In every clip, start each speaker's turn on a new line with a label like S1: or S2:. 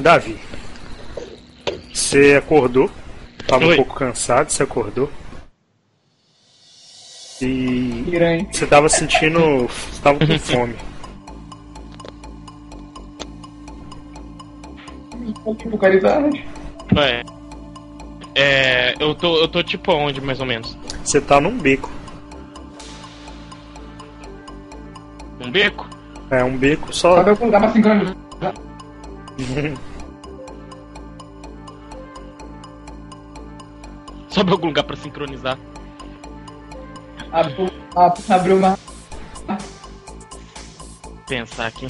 S1: Davi, você acordou? Tava um
S2: Oi.
S1: pouco cansado, você acordou? E
S3: Tira, hein?
S1: você tava sentindo. Você tava com fome.
S3: Que localidade?
S2: Vai. É. Eu tô, eu tô tipo onde, mais ou menos?
S1: Você tá num beco.
S2: Um beco?
S1: É um beco só.
S3: Sabe algum lugar mais sincronizado?
S2: Sobe algum lugar pra sincronizar.
S3: Abriu, ab- abriu uma.
S2: Pensar aqui.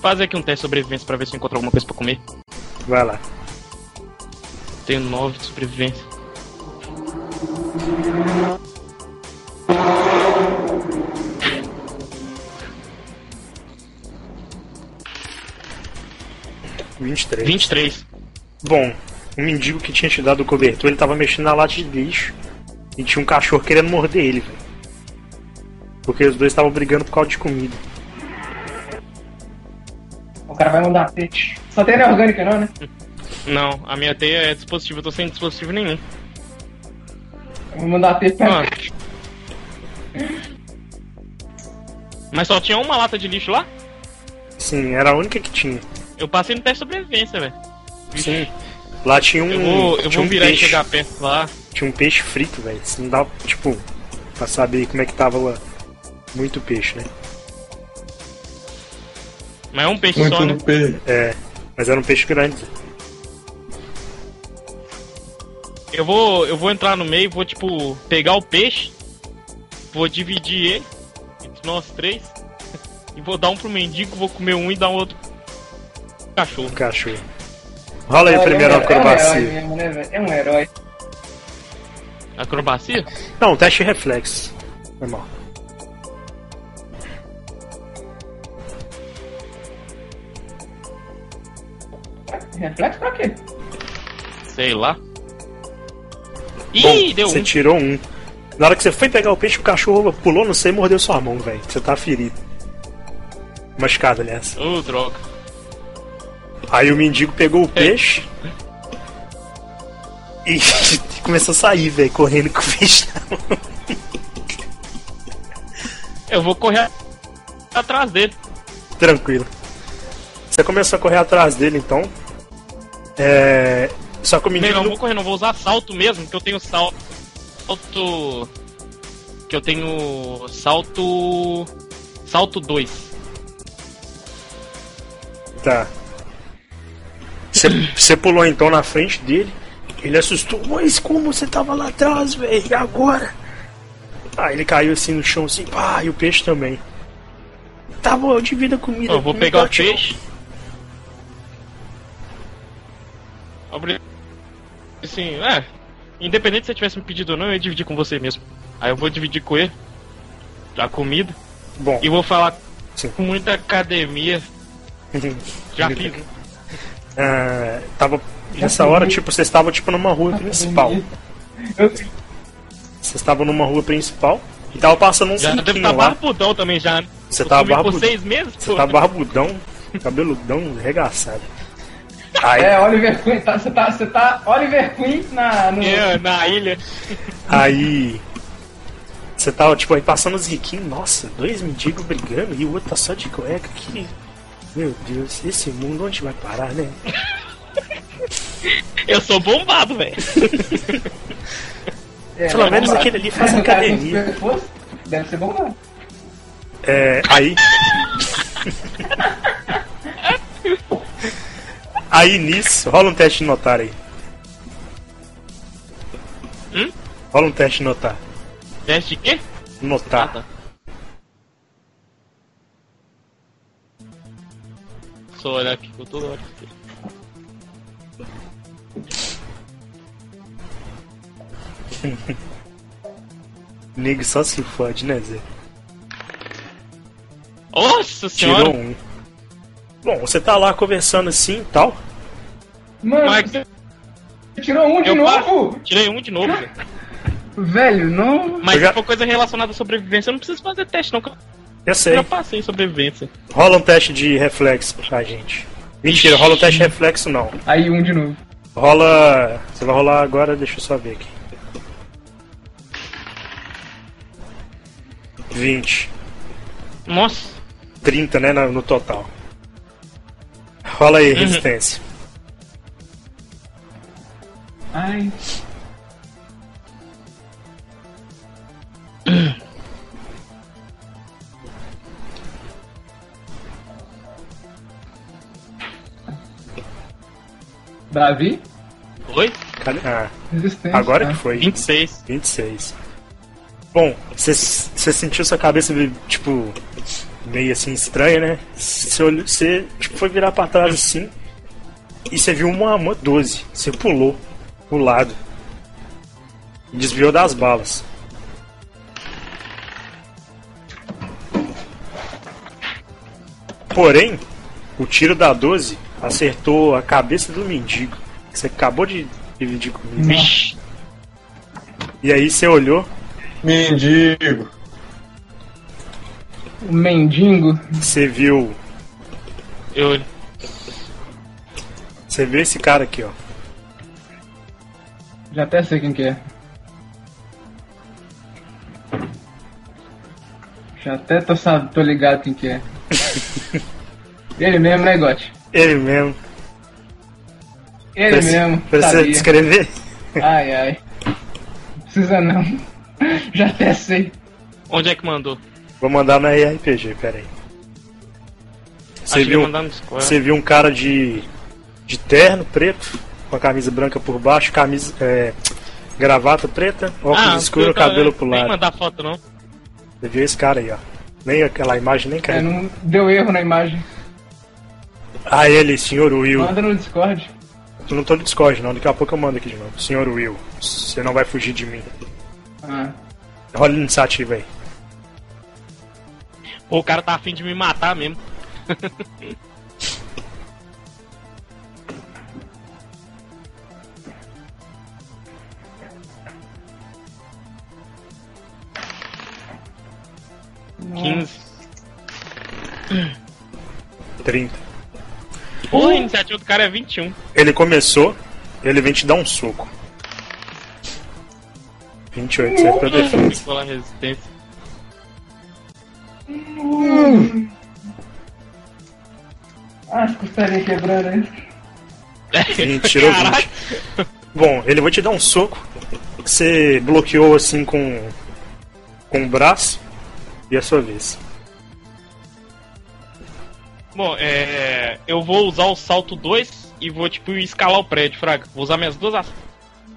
S2: Fazer aqui um teste de sobrevivência pra ver se eu encontro alguma coisa pra comer.
S1: Vai lá.
S2: Tenho 9 de sobrevivência.
S1: três.
S2: 23.
S1: Bom, o mendigo que tinha te dado o cobertor, ele tava mexendo na lata de lixo e tinha um cachorro querendo morder ele, velho. Porque os dois estavam brigando por causa de comida.
S3: O cara vai mandar peixe. Só tem área orgânica, não, né?
S2: Não, a minha teia é dispositivo, eu tô sem dispositivo nenhum.
S3: Eu Vou mandar peixe pra.
S2: Ah. Mas só tinha uma lata de lixo lá?
S1: Sim, era a única que tinha.
S2: Eu passei no teste de sobrevivência, velho.
S1: Sim. Lá tinha um.
S2: Eu vou,
S1: tinha
S2: eu vou
S1: um
S2: virar
S1: peixe,
S2: e chegar perto lá.
S1: Tinha um peixe frito, velho. Isso não dá, tipo, pra saber como é que tava lá. Muito peixe, né?
S2: Mas é um peixe
S4: Muito
S2: só, né?
S4: no peito.
S1: É. Mas era um peixe grande.
S2: Eu vou, eu vou entrar no meio, vou tipo pegar o peixe, vou dividir ele entre nós três e vou dar um pro mendigo, vou comer um e dar um outro pro cachorro.
S1: Um cachorro. Rola aí
S3: Olha,
S1: primeiro assim. a
S3: é um herói
S1: acrobacia.
S3: mesmo, né, velho? É um herói.
S2: Acrobacia?
S1: Não, teste reflexo. Normal.
S3: Reflexo pra quê?
S2: Sei lá. Ih,
S1: Bom,
S2: deu
S1: você
S2: um.
S1: tirou um. Na hora que você foi pegar o peixe, o cachorro pulou no seu e mordeu sua mão, velho. Você tá ferido. Machucado, aliás.
S2: Ô, droga.
S1: Aí o mendigo pegou
S2: É.
S1: o peixe. E começou a sair, velho, correndo com o peixe na mão.
S2: Eu vou correr atrás dele.
S1: Tranquilo. Você começou a correr atrás dele, então. É. Só que o
S2: Não,
S1: mendigo.
S2: eu não vou correr, não. Vou usar salto mesmo, que eu tenho salto. Salto. Que eu tenho. Salto. Salto 2.
S1: Tá. Você- Você pulou então na frente dele. Ele assustou. Mas como você tava lá atrás, velho? E agora? Ah, ele caiu assim no chão, assim. Pá, e o peixe também. Tá bom, eu divido a comida.
S2: Eu vou
S1: comigo,
S2: pegar o
S1: tchau.
S2: peixe. Obri- Assim, é. Independente se você tivesse me pedido ou não, eu ia dividir com você mesmo. Aí eu vou dividir com ele a comida
S1: Bom,
S2: e vou falar
S1: Sim.
S2: com muita academia. Já fiz. né?
S1: ah, tava. Nessa hora, tipo, vocês estavam tipo numa rua principal.
S3: Eu
S1: Vocês estavam numa rua principal e tava passando um
S2: Já deve tá
S1: cirquinho
S2: estar
S1: lá.
S2: barbudão também já. né?
S1: Você
S2: Eu
S1: tá
S2: comi por
S1: barbudo.
S2: seis meses,
S1: Você
S2: pô.
S1: tá barbudão, cabeludão, arregaçado. Aí,
S3: É, Oliver Queen, tá, você tá, você tá Oliver Queen na, no,
S2: É, na ilha.
S1: Aí. Você tava, tipo, aí passando os riquinhos, nossa, dois mendigos brigando e o outro tá só de cueca aqui. Meu Deus, esse mundo onde vai parar, né?
S2: Eu sou bombado, velho.
S3: é,
S1: pelo
S3: é
S1: menos
S3: bombado.
S1: aquele ali faz
S3: Se o cara tem
S1: academia.
S3: super força, Deve ser bombado.
S1: É, aí. aí nisso, rola um teste de notar aí.
S2: Hum?
S1: Rola um teste de notar.
S2: Teste de quê? Ah, tá.
S1: Notar.
S2: Só olhar aqui, eu tô hora.
S1: Nego só se fode, né, Zé?
S2: Nossa senhora!
S1: um. Tirou um. Bom, você tá lá conversando assim e tal.
S3: Mano,
S2: Mas-
S3: você tirou um de
S2: Eu
S3: novo?
S2: Tirei um de novo, velho.
S3: Velho, não.
S2: Mas
S1: Eu já-
S2: se for coisa relacionada à sobrevivência, eu não preciso fazer teste, não, que eu
S1: Eu sei.
S2: já passei em sobrevivência.
S1: Rola um teste de reflexo pra gente. Mentira, rola um teste de reflexo não.
S3: Aí, um de novo.
S1: Rola. Você vai rolar agora, deixa eu só ver aqui. 20.
S2: Nossa,
S1: 30, né, na- no total. Rola aí, resistência.
S3: Ai. Davi?
S2: oi?
S1: Cadê? Ah,
S3: Resistência.
S1: agora
S3: tá?
S1: que foi.
S2: 26.
S1: 26. Bom, você sentiu sua cabeça, tipo, meio assim estranha, né? Você tipo, foi virar pra trás assim e você viu uma, uma 12. Você pulou pro lado e desviou das balas. Porém, o tiro da 12 acertou a cabeça do mendigo. Que você acabou de dividir comigo.
S2: Vixe.
S1: E aí você olhou
S4: Mendigo.
S3: O mendigo.
S1: Você viu,
S2: Eu...
S1: você viu esse cara aqui, ó.
S3: Já até sei quem que é. Já até tô, sab... tô ligado quem que é. Ele mesmo, né, Gotti?
S1: Ele mesmo.
S3: Ele
S1: Prec-
S3: mesmo.
S1: Precisa
S3: sabia.
S1: descrever?
S3: Ai, ai. Não precisa não. Já até sei.
S2: Onde é que mandou?
S1: Vou mandar na RPG, peraí. Você
S2: Achei que ia
S1: viu,
S2: mandar no Discord.
S1: você viu um cara de, de terno preto, com a camisa branca por baixo, camisa, é, gravata preta, óculos
S2: Ah,
S1: escuros,
S2: eu tava-
S1: cabelo pro
S2: Nem
S1: lado.
S2: mandar foto, não.
S1: Você viu esse cara aí, ó. Nem aquela imagem, nem
S3: É,
S1: caiu.
S3: não deu erro na imagem.
S1: Ah, ele, senhor Will.
S3: Manda no Discord.
S1: Eu não tô no Discord, não. Daqui a pouco eu mando aqui de novo. Senhor Will, você não vai fugir de mim.
S3: Ah.
S1: Rola a iniciativa aí.
S2: Pô, o cara tá afim de me matar mesmo. Quinze.
S1: 30.
S2: Pô, a iniciativa do cara é 21.
S1: Ele começou, ele vem te dar um soco. 28, acertou a defesa.
S2: Vou lá, resistência.
S3: Ah, as costelinhas quebrando aí.
S1: Ele tirou 20. Bom, ele vai te dar um soco. que Você bloqueou assim com, com o braço. E é a sua vez.
S2: Bom, é. Eu vou usar o salto 2 e vou, tipo, escalar o prédio, Fraga. Vou usar minhas duas ações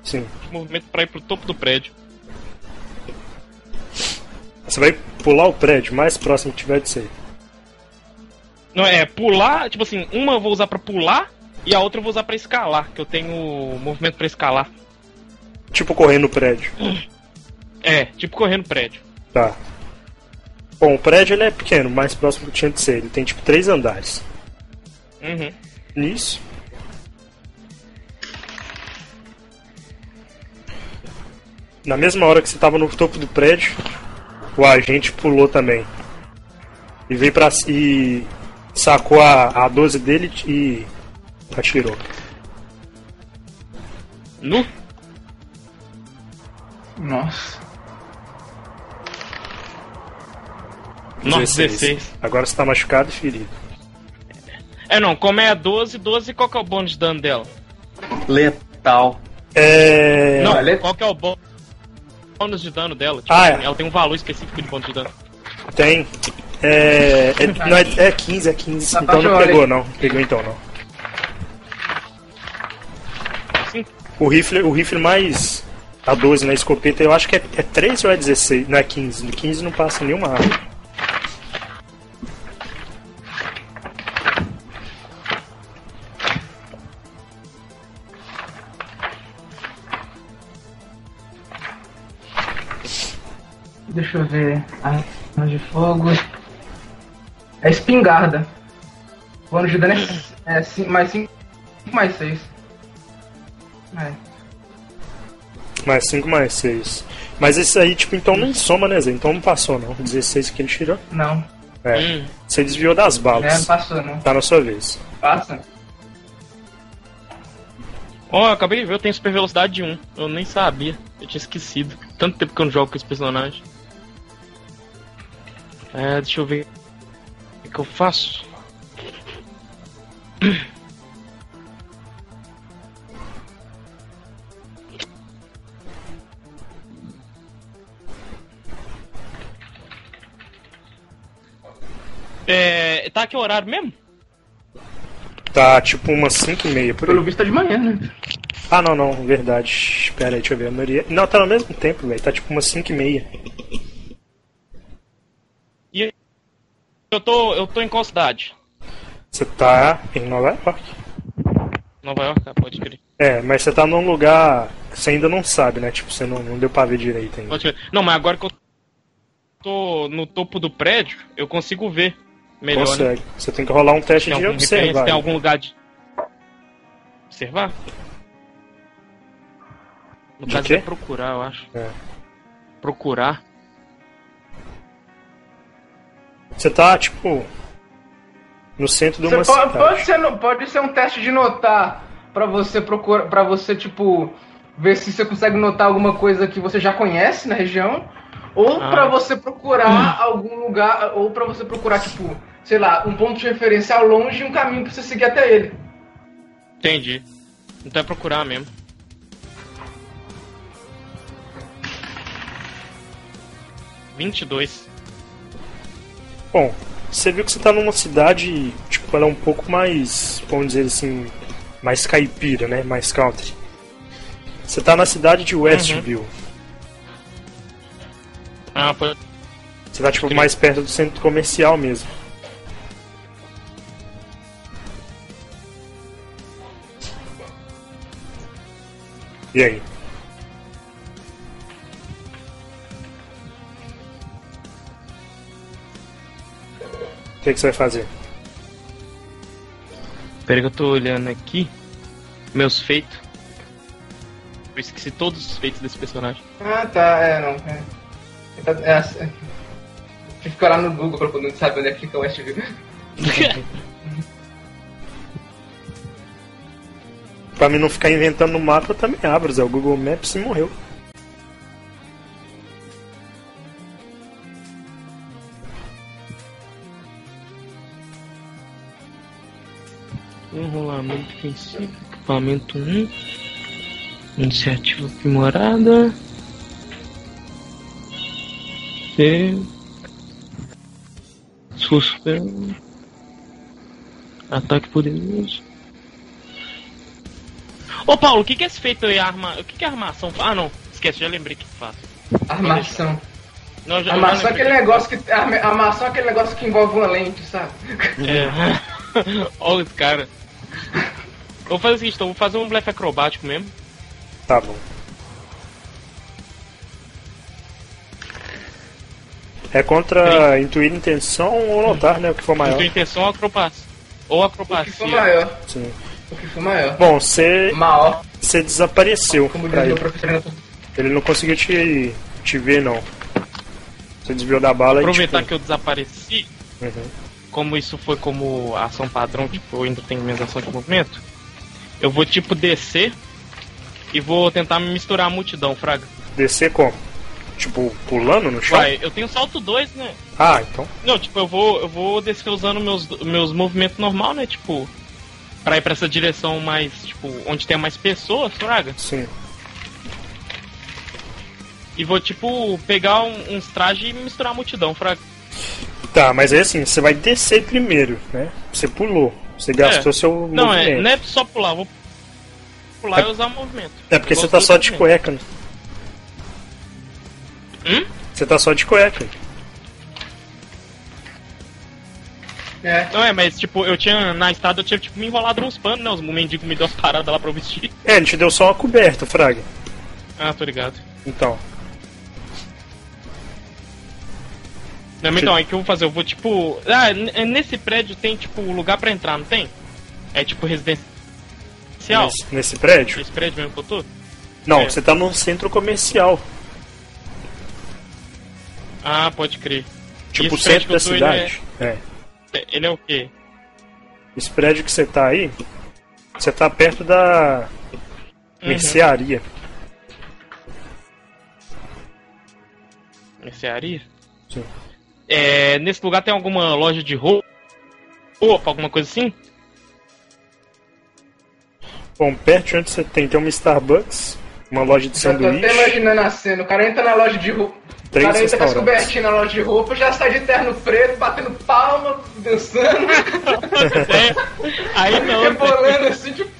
S1: Sim.
S2: de movimento pra ir pro topo do prédio.
S1: Você vai pular o prédio mais próximo que tiver de você.
S2: Não, é pular, tipo assim, uma eu vou usar pra pular e a outra eu vou usar pra escalar, que eu tenho movimento pra escalar.
S1: Tipo correndo o prédio.
S2: É, tipo correndo o prédio.
S1: Tá. Bom, o prédio ele é pequeno, mais próximo que tinha de ser. Ele tem tipo três andares.
S2: Uhum.
S1: Nisso. Na mesma hora que você tava no topo do prédio, o agente pulou também. E veio pra. c- e sacou a, a 12 dele e atirou.
S2: Nu?
S3: Nossa.
S2: Nossa, 16.
S1: Agora você tá machucado e ferido.
S2: É não, como é a 12, 12, qual que é o bônus de dano dela?
S4: Letal.
S1: É.
S2: não,
S3: olha-
S2: qual que é o bô- bônus de dano dela? Tipo,
S1: Ah, é.
S2: Ela tem um valor específico de bônus de dano.
S1: Tem. É. É, não, é, é 15, é 15.
S3: Tá,
S1: então
S3: tá,
S1: não
S3: olha
S1: pegou
S3: aí.
S1: não. Pegou então não.
S2: Sim.
S1: O rifle, o rifle mais a 12 na escopeta, eu acho que é, é 13 ou é 16? Não é 15. No 15 não passa nenhuma arma.
S3: Deixa eu ver. Arma de fogo. É né? espingarda. O ano de dano é, é cin- mais 5 mais 6. É.
S1: Mais 5 mais 6. Mas esse aí, tipo, então nem soma, né, Zé? Então não passou, não. 16 que ele tirou.
S3: Não.
S1: É.
S2: Hum,
S1: Você desviou das
S3: Né? Não
S1: balas.
S3: passou, não.
S1: Tá na sua vez.
S3: Passa.
S2: Ó, eu acabei de ver, eu tenho super velocidade de 1. Eu nem sabia. Eu tinha esquecido. Tanto tempo que eu não jogo com esse personagem. É, deixa eu ver. O que que eu faço? É, tá aqui o horário mesmo?
S1: Tá, tipo, umas 5 e meia por aí.
S3: Pelo visto tá de manhã, né?
S1: Ah, não, não. Verdade. Pera aí, deixa eu ver. A maioria... Não, tá no mesmo tempo, velho. Tá, tipo, umas 5 e meia.
S2: E eu tô, eu tô em qual cidade?
S1: Você tá em Nova York.
S2: Nova York, ah, pode crer.
S1: É, mas você tá num lugar que você ainda não sabe, né? Tipo, você não, não deu pra ver direito ainda.
S2: Pode crer. Não, mas agora que eu tô no topo do prédio, eu consigo ver melhor. Né?
S1: Consegue. Você tem que rolar um teste
S2: Tem,
S1: de
S2: algum referência,
S1: observar.
S2: tem algum lugar de. Observar? No
S1: De
S2: caso
S1: quê?
S2: é procurar, eu acho.
S1: É.
S2: Procurar.
S1: Você tá, tipo, no centro de
S3: Você
S1: uma
S3: pode,
S1: cidade.
S3: pode, ser, no- pode ser um teste de notar pra você procurar, para você tipo ver se você consegue notar alguma coisa que você já conhece na região, ou
S2: Ah.
S3: pra você procurar algum lugar, ou pra você procurar tipo, sei lá, um ponto de referência longe e um caminho pra você seguir até ele.
S2: Entendi. Então é procurar mesmo. Vinte e dois.
S1: Bom, você viu que você tá numa cidade, tipo, ela é um pouco mais, vamos dizer assim, mais caipira, né? Mais country. Você tá na cidade
S2: Uhum.
S1: de Westview.
S2: Ah, foi.
S1: Você tá, tipo, mais perto do centro comercial mesmo. E aí? O que, que você vai fazer?
S2: Pera que eu tô olhando aqui. Meus feitos. Eu esqueci todos os feitos desse personagem.
S3: Ah, tá, é, não. É. É, tá- é, é. Você fica lá no Google pra poder saber onde é que fica o Westview.
S1: Pra mim não ficar inventando no mapa, eu também abro, Zé. O Google Maps e morreu.
S2: Um Enrolamento princípio, equipamento 1. Iniciativa aprimorada. C. Suspenso. Ataque poderoso. Ô Paulo, o que, que é esse feito aí? Arma... O que, que é armação? Ah não, esquece, já lembrei o que que faz.
S3: Armação.
S2: Não, eu já- eu já
S3: Armação é
S2: lembrei.
S3: aquele negócio que. arma- Armação é aquele negócio que envolve uma lente, sabe?
S2: É. Olha os caras. Eu Vou fazer o seguinte, então, vou fazer um blefe acrobático mesmo.
S1: Tá bom. É contra intuir intenção ou notar, né? O que for maior.
S2: Maior. intenção ou acrobacia. Ou
S3: O que for
S2: acrobacia.
S3: maior.
S1: Sim.
S3: O que for maior.
S1: Bom, você
S3: Maior.
S1: você desapareceu.
S3: Como
S1: pra
S3: diz
S1: ele.
S3: meu professor Renato.
S1: ele não conseguiu te, te ver, não. Você desviou da bala
S2: Aproveitar
S1: e.
S2: que eu desapareci,
S1: Tipo, uhum.
S2: como isso foi como ação padrão, tipo, eu ainda tenho minhas ações de movimento, eu vou, tipo, descer e vou tentar me misturar à multidão, Fraga.
S1: Descer como? Tipo, pulando no chão?
S2: Vai, eu tenho salto 2, né?
S1: Ah, então.
S2: Não, tipo, eu vou, eu vou descer usando meus, meus movimentos normal, né? Tipo, pra ir pra essa direção mais, tipo, onde tem mais pessoas, Fraga.
S1: Sim.
S2: E vou, tipo, pegar um- uns trajes e misturar a multidão, Fraga.
S1: Tá, mas é assim, você vai descer primeiro, né? Você pulou. Você gastou seu
S2: É. Não, é,
S1: movimento.
S2: não é só pular, eu vou pular
S1: É-
S2: e usar o movimento.
S1: É porque
S2: Eu
S1: você
S2: gosto
S1: tá
S2: do
S1: só de
S2: movimento.
S1: cueca. né?
S2: Hum?
S1: Você tá só de cueca.
S3: É.
S2: Não é, mas tipo, eu tinha, na estrada eu tinha tipo, me enrolado nos panos, né? Os mendigos me deu as paradas lá pra eu vestir.
S1: É, ele te deu só uma coberta, Fraga.
S2: Ah, tô ligado.
S1: Então.
S2: Não, mas então, aí o que eu vou fazer? Eu vou tipo. Ah, n- nesse prédio tem tipo lugar pra entrar, não tem? É tipo residencial comercial?
S1: Nesse, nesse prédio?
S2: É, Esse prédio mesmo que eu tô?
S1: Não,
S2: É.
S1: você tá num centro comercial.
S2: Ah, pode crer.
S1: Tipo o
S2: Esse
S1: centro da
S2: prédio que eu tô, ele
S1: cidade. É.
S2: É- Ele é o quê?
S1: Esse prédio que você tá aí, você tá perto da
S2: Uhum.
S1: mercearia.
S2: Mercearia?
S1: Sim.
S2: É, nesse lugar tem alguma loja de roupa? Roupa, alguma coisa assim?
S1: Bom, perto onde você tem, tem uma Starbucks, uma loja de
S3: Eu tô até
S1: sanduíche,
S3: imaginando a cena. O cara entra na loja de roupa. O
S1: Três
S3: cara entra com as
S1: restaurantes.
S3: cobertinhas na loja de roupa, já sai de terno preto, batendo palma, dançando,
S2: é, aí não.
S3: rebolando assim, tipo.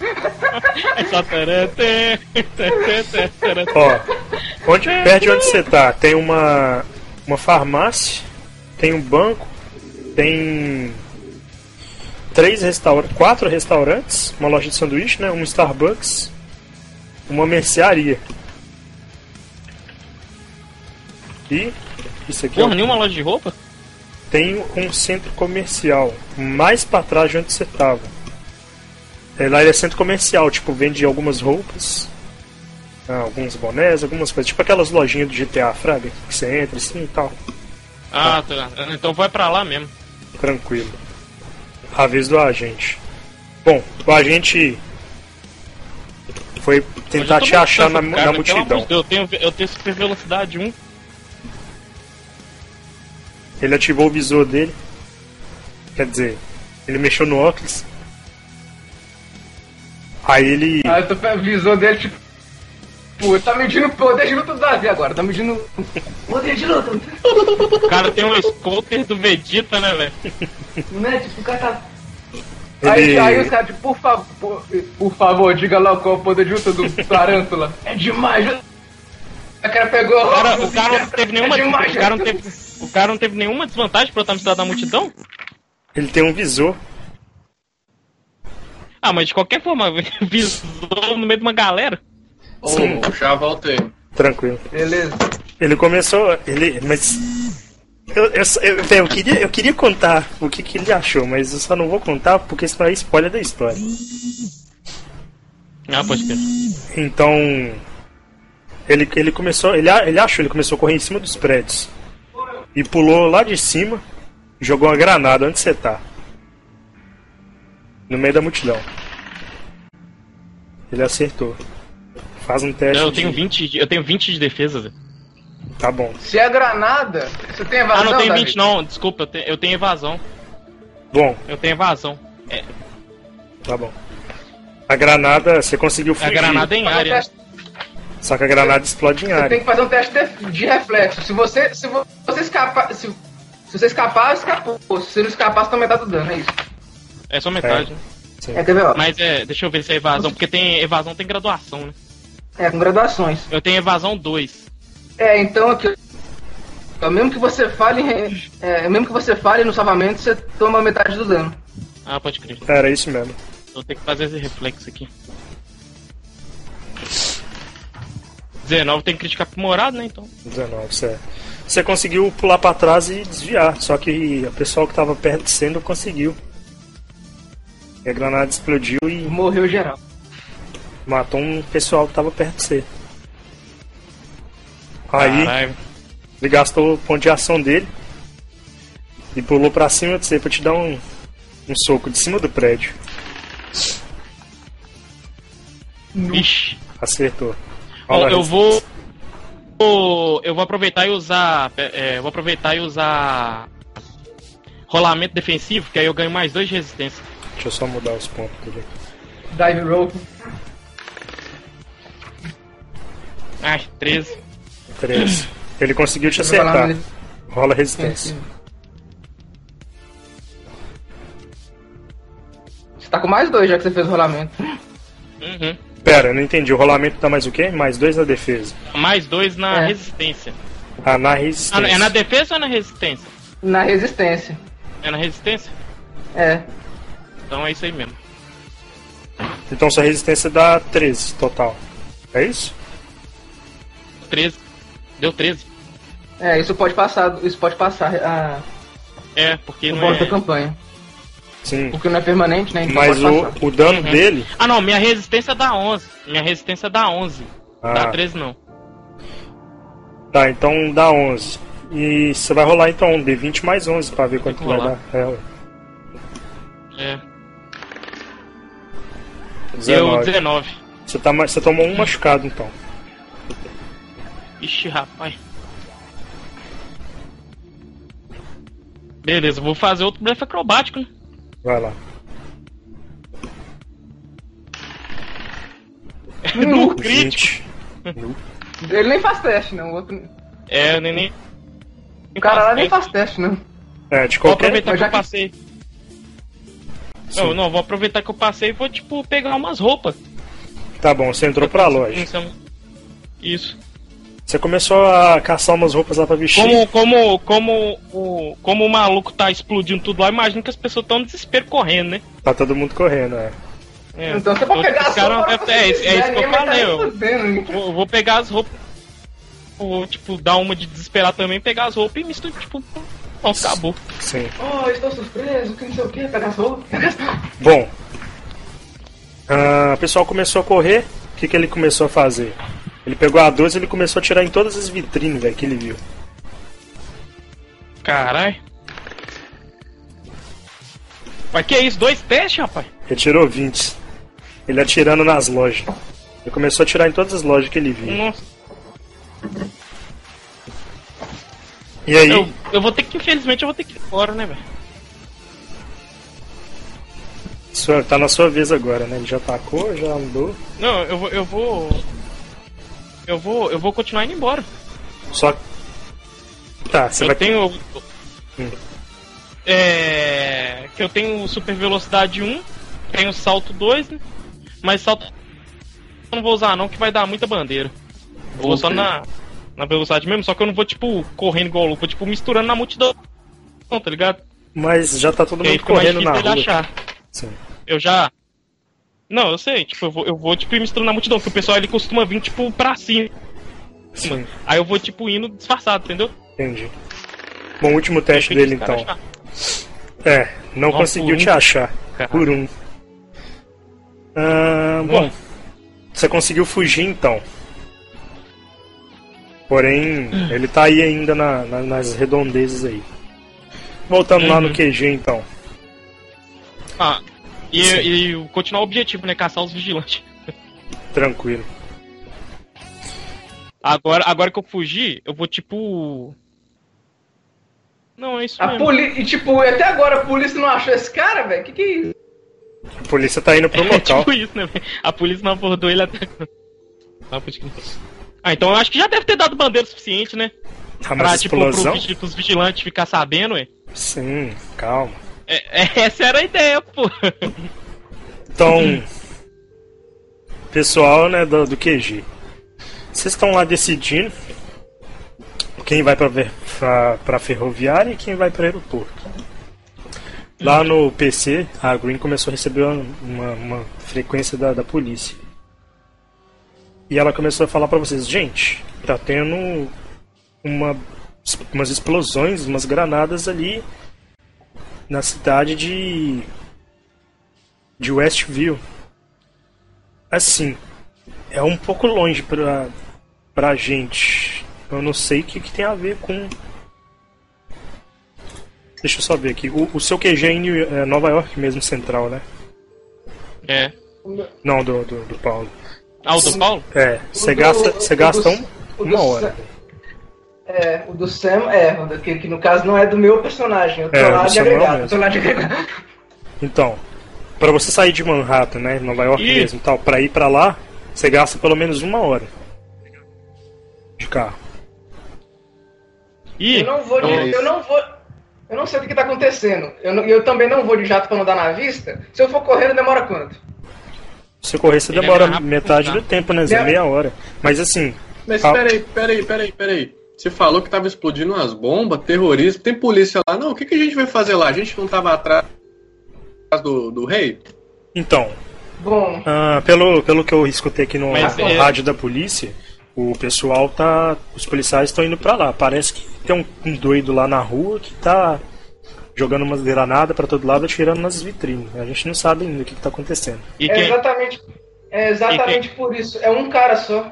S2: É só tarã, tã, tã, tã, tã, tarã.
S1: Ó, onde, perto de onde você tá, tem uma, uma farmácia, tem um banco, tem três restaurantes, quatro restaurantes, uma loja de sanduíche, né? Um Starbucks, uma mercearia. E isso aqui é
S2: Porra,
S1: o-
S2: nenhuma loja de roupa?
S1: tem um centro comercial mais pra trás de onde você tava. É, lá ele é centro comercial, tipo, vende algumas roupas, ah, alguns bonés, algumas coisas. Tipo aquelas lojinhas do GTA Fraga, que você entra assim e tal.
S2: Ah, tá. Então vai pra lá mesmo.
S1: Tranquilo. Aviso do agente. Bom, o agente foi tentar
S2: Hoje eu tô
S1: tá te achar na,
S2: muito cansado,
S1: na
S2: um cara, pelo amor
S1: multidão.
S2: de Deus, Eu tenho, eu tenho super velocidade 1.
S1: Ele ativou o visor dele. Quer dizer, ele mexeu no óculos. Aí ele.
S3: Aí Ah, eu tô avisou dele, tipo. Pô, tá medindo o poder de luta do Davi agora, tá medindo o poder de luta,
S2: O cara tem um scooter do Vegeta, né, velho?
S3: né? Tipo, o cara tá. Aí,
S1: Ele-
S3: aí os caras, tipo, por favor, por favor, diga lá qual é o poder de luta do Tarântula. É demais, viu? O cara pegou.
S2: O cara, o cara não teve nenhuma.
S3: É demais,
S2: O cara não teve, o cara não teve nenhuma desvantagem pra eu estar no cidade da multidão?
S1: Ele tem um visor.
S2: Ah, mas de qualquer forma, visou no meio de uma galera.
S4: Ô, já voltei.
S1: Tranquilo.
S3: Beleza.
S1: Ele começou. Ele. Mas. Eu, eu, só- eu, véi, eu queria, eu queria contar o que, que ele achou, mas eu só não vou contar porque senão é spoiler da história.
S2: Ah, pode crer.
S1: Então. Ele, ele começou. Ele, a- ele achou, ele começou a correr em cima dos prédios. E pulou lá de cima, jogou uma granada. Onde você tá? No meio da multidão. Ele acertou. Faz um teste.
S2: Eu tenho
S1: de...
S2: 20, de- eu tenho 20 de defesa, velho.
S1: Tá bom.
S3: Se é granada, você tem
S2: Ah,
S3: evasão,
S2: não tenho
S3: Davi?
S2: 20 não, desculpa, eu tenho, eu tenho evasão.
S1: Bom,
S2: Eu tenho evasão. É,
S1: Tá bom. A granada, você conseguiu
S2: a
S1: fugir.
S2: granada é em
S3: Fazer um
S2: área.
S3: teste-
S1: Só que a granada explode em
S3: Você
S1: área.
S3: tem que fazer um teste de- de reflexo. Se você, se vo- se você escapar. Se, se você escapar, escapou. Se você não escapar, você tá metade do dano, é isso.
S2: É só metade. né?
S1: Sim.
S3: É, quer ver, ó?
S2: Mas é, deixa eu ver se é evasão, porque tem evasão tem graduação, né?
S3: É, com graduações.
S2: Eu tenho evasão 2.
S3: É, então aqui. ó, Mesmo que você fale. em re- é, mesmo que você fale no salvamento, você toma metade do dano.
S2: Ah, pode crer.
S1: Era isso mesmo.
S2: Eu tenho que fazer esse reflexo aqui. 19 tem crítica aprimorada, né? Então.
S1: 19, certo. Você conseguiu pular pra trás e desviar. Só que o pessoal que tava perto de você não conseguiu. E a granada explodiu e
S3: Morreu geral.
S1: matou um pessoal que tava perto de você. Aí
S2: Caralho.
S1: ele gastou o ponto de ação dele e pulou pra cima de você pra te dar um, um soco de cima do prédio.
S2: Vixe.
S1: Acertou.
S2: Ó,
S1: Olha
S2: eu
S1: lá,
S2: vou. vou- Eu vou aproveitar e usar. é, vou aproveitar e usar. Rolamento defensivo, que aí eu ganho mais dois de resistência.
S1: Deixa eu só mudar os pontos dele.
S3: Dive roll.
S2: Ai, 13.
S1: 3. Ele conseguiu te
S3: Vai lá
S1: acertar. É
S3: no
S1: Rola resistência.
S3: Você tá com mais dois já que você fez o rolamento.
S2: Uhum.
S1: Pera, eu não entendi. O rolamento dá mais o quê? Mais dois na defesa.
S2: Mais dois na
S3: É.
S2: resistência.
S1: Ah, na
S2: Ah,
S1: resistência.
S2: é na defesa ou na resistência?
S3: Na resistência.
S2: É na resistência?
S3: É.
S2: Então é isso aí mesmo.
S1: Então sua resistência dá 13 total. É isso?
S2: 13. Deu 13.
S3: É, isso pode passar. Isso pode passar a
S2: É, porque
S3: o
S2: não
S3: bônus da
S2: é.
S3: campanha.
S1: Sim.
S3: Porque não é permanente, né? Então
S1: Mas
S3: pode
S1: o,
S3: passar.
S1: o dano
S2: Uhum.
S1: dele.
S2: Ah, não, minha resistência dá 11. Minha resistência dá 11. Dá
S1: Ah,
S2: 13 não.
S1: tá, então dá 11. E você vai rolar então um D20 mais 11 pra ver quanto
S2: que
S1: que vai
S2: rolar.
S1: dar. É, ué.
S2: É. Deu
S1: 19.
S2: 19.
S1: Você, tá, ma- você tomou um machucado então.
S2: Ixi, rapaz. Beleza, vou fazer outro blefe acrobático, né?
S1: Vai lá.
S2: no Um crítico.
S1: 20.
S3: Ele nem faz teste, não. O outro.
S2: É, eu nem. nem...
S3: O cara lá nem faz teste, não.
S1: É, de
S2: Vou
S1: qualquer.
S2: aproveitar
S3: Mas
S2: que
S3: já
S2: eu
S3: que-
S2: passei.
S1: Sim.
S2: Não, não, vou aproveitar que eu passei e vou, tipo, pegar umas roupas.
S1: Tá bom, você entrou pra loja.
S2: Então, Isso.
S1: Você começou a caçar umas roupas lá pra vestir.
S2: Como, como, como, o, como o maluco tá explodindo tudo lá, imagino que as pessoas estão no desespero correndo, né?
S1: Tá todo mundo correndo, é.
S2: É,
S3: Então você pode
S2: então,
S3: pegar
S2: os
S3: a sua
S2: caras-
S3: pra você
S2: é, é isso- é
S3: quiser,
S2: isso que eu
S3: ninguém vai tá
S2: falei,
S3: nem
S2: ó.
S3: fudendo.
S2: Vou, vou pegar as roupas. Vou, tipo, dar uma de desesperar também, pegar as roupas e misto, tipo, ó, acabou.
S1: Sim.
S3: Oh, estou surpreso, que não sei o que, pegar fogo.
S1: Bom. ah, o pessoal começou a correr. O que, que ele começou a fazer? Ele pegou a 12 e ele começou a tirar em todas as vitrines velho, que ele viu.
S2: Caralho. Mas que é isso? Dois testes, rapaz?
S1: Ele tirou 20. Ele atirando nas lojas. Ele começou a tirar em todas as lojas que ele viu.
S2: Nossa.
S1: E aí,
S2: Eu, eu vou ter que, infelizmente, eu vou ter que ir embora, né, velho?
S1: sua- tá na sua vez agora, né? Ele já atacou, já andou.
S2: Não, eu vou. Eu vou. Eu vou. Eu vou continuar indo embora.
S1: Só. Tá, você
S2: eu
S1: vai.
S2: tenho.
S1: Hum.
S2: É. Que eu tenho super velocidade 1, tenho salto 2, né? Mas salto. eu Não vou usar não, que vai dar muita bandeira. Eu Vou só na, na velocidade mesmo, só que eu não vou, tipo, correndo igual louco, vou, tipo, misturando na multidão, tá ligado?
S1: Mas já tá todo
S2: E aí
S1: mundo
S2: fica mais
S1: correndo na
S2: difícil ele
S1: rua.
S2: achar.
S1: Sim.
S2: Eu já. Não, eu sei, tipo, eu vou, eu vou tipo, ir misturando na multidão, porque o pessoal ele costuma vir, tipo, pra cima.
S1: Sim,
S2: Aí eu vou, tipo, indo disfarçado, entendeu?
S1: entendi. Bom, último teste
S2: Deixa
S1: dele
S2: os caras
S1: então.
S2: achar.
S1: É, não
S2: Nossa,
S1: conseguiu
S2: um.
S1: te achar.
S2: Caralho.
S1: Por um. Ah, bom,
S2: Bom.
S1: você conseguiu fugir então. Porém, ele tá aí ainda na- na- nas redondezas aí. Voltando lá no
S2: Uhum.
S1: QG então.
S2: Ah, e, e o- continuar o objetivo, né? Caçar os vigilantes.
S1: Tranquilo.
S2: Agora, agora que eu fugir, eu vou tipo. Não, é isso
S3: A
S2: mesmo.
S3: poli... E tipo, até agora a polícia não achou esse cara, velho? Que que é isso?
S1: A polícia tá indo pro
S2: É
S1: local.
S2: tipo isso, né? velho? A polícia não abordou ele até. Ah, por isso que não foi. Ah, então eu acho que já deve ter dado bandeira o suficiente, né?
S3: Ah,
S1: Tá
S2: Pra,
S1: mais
S2: tipo, pro
S1: explosão?
S2: vigi- pros vigilantes ficar sabendo, ué.
S1: Sim, calma.
S2: É, é, essa era a ideia, pô.
S1: Então, pessoal, né, do, do QG. Vocês estão lá decidindo quem vai pra, ver- pra, pra ferroviária e quem vai pra aeroporto. Lá no PC, a Green começou a receber uma, uma- uma frequência da, da polícia. E ela começou a falar pra vocês, gente, tá tendo uma, umas explosões, umas granadas ali na cidade de de Westview. Assim, é um pouco longe pra, pra gente. Eu não sei o que, que tem a ver com. Deixa eu só ver aqui. O, o seu QG é em New- é Nova York mesmo, central, né?
S2: É.
S1: Não, do, do, do Paulo.
S2: Ah, o do Paulo?
S1: É, você gasta, você gasta um,
S3: o do
S1: uma
S3: Sam-
S1: hora.
S3: É, o do Sam é, o do- que, que no caso não é do meu personagem, eu tô
S1: É, o
S3: lá
S1: do
S3: de
S1: Sam não é
S3: agregado.
S1: mesmo.
S3: tô lá de agregado.
S1: Então, pra você sair de Manhattan, né? Nova York
S2: Ih.
S1: mesmo e tal, pra ir pra lá, você gasta pelo menos uma hora de carro.
S2: Ih,
S3: Eu não vou de.
S4: Dois.
S3: Eu não vou. Eu não sei o que, que tá acontecendo. Eu, não- eu também não vou de jato pra não dar na vista. Se eu for correndo, demora quanto?
S1: Se correr, você
S2: Ele é
S1: demora
S2: rápido,
S1: metade
S2: tá?
S1: do tempo, né? Zé?
S3: Ele é-
S1: Meia hora. Mas assim,
S4: Mas
S1: Ah.
S4: peraí, peraí, peraí, peraí. Você falou que tava explodindo umas bombas, terrorismo, tem polícia lá. Não, o que, que a gente vai fazer lá? A gente não tava atrás do, do rei?
S1: então,
S3: Bom,
S1: ah, pelo, pelo que eu escutei aqui no,
S2: Mas
S1: no
S2: é-
S1: rádio da polícia, o pessoal tá. Os policiais estão indo pra lá. Parece que tem um, um doido lá na rua que tá jogando umas granadas pra todo lado, atirando nas vitrines. A gente não sabe ainda o que, que tá acontecendo.
S2: E
S3: É
S2: quem?
S3: exatamente, é exatamente por isso. É um cara só.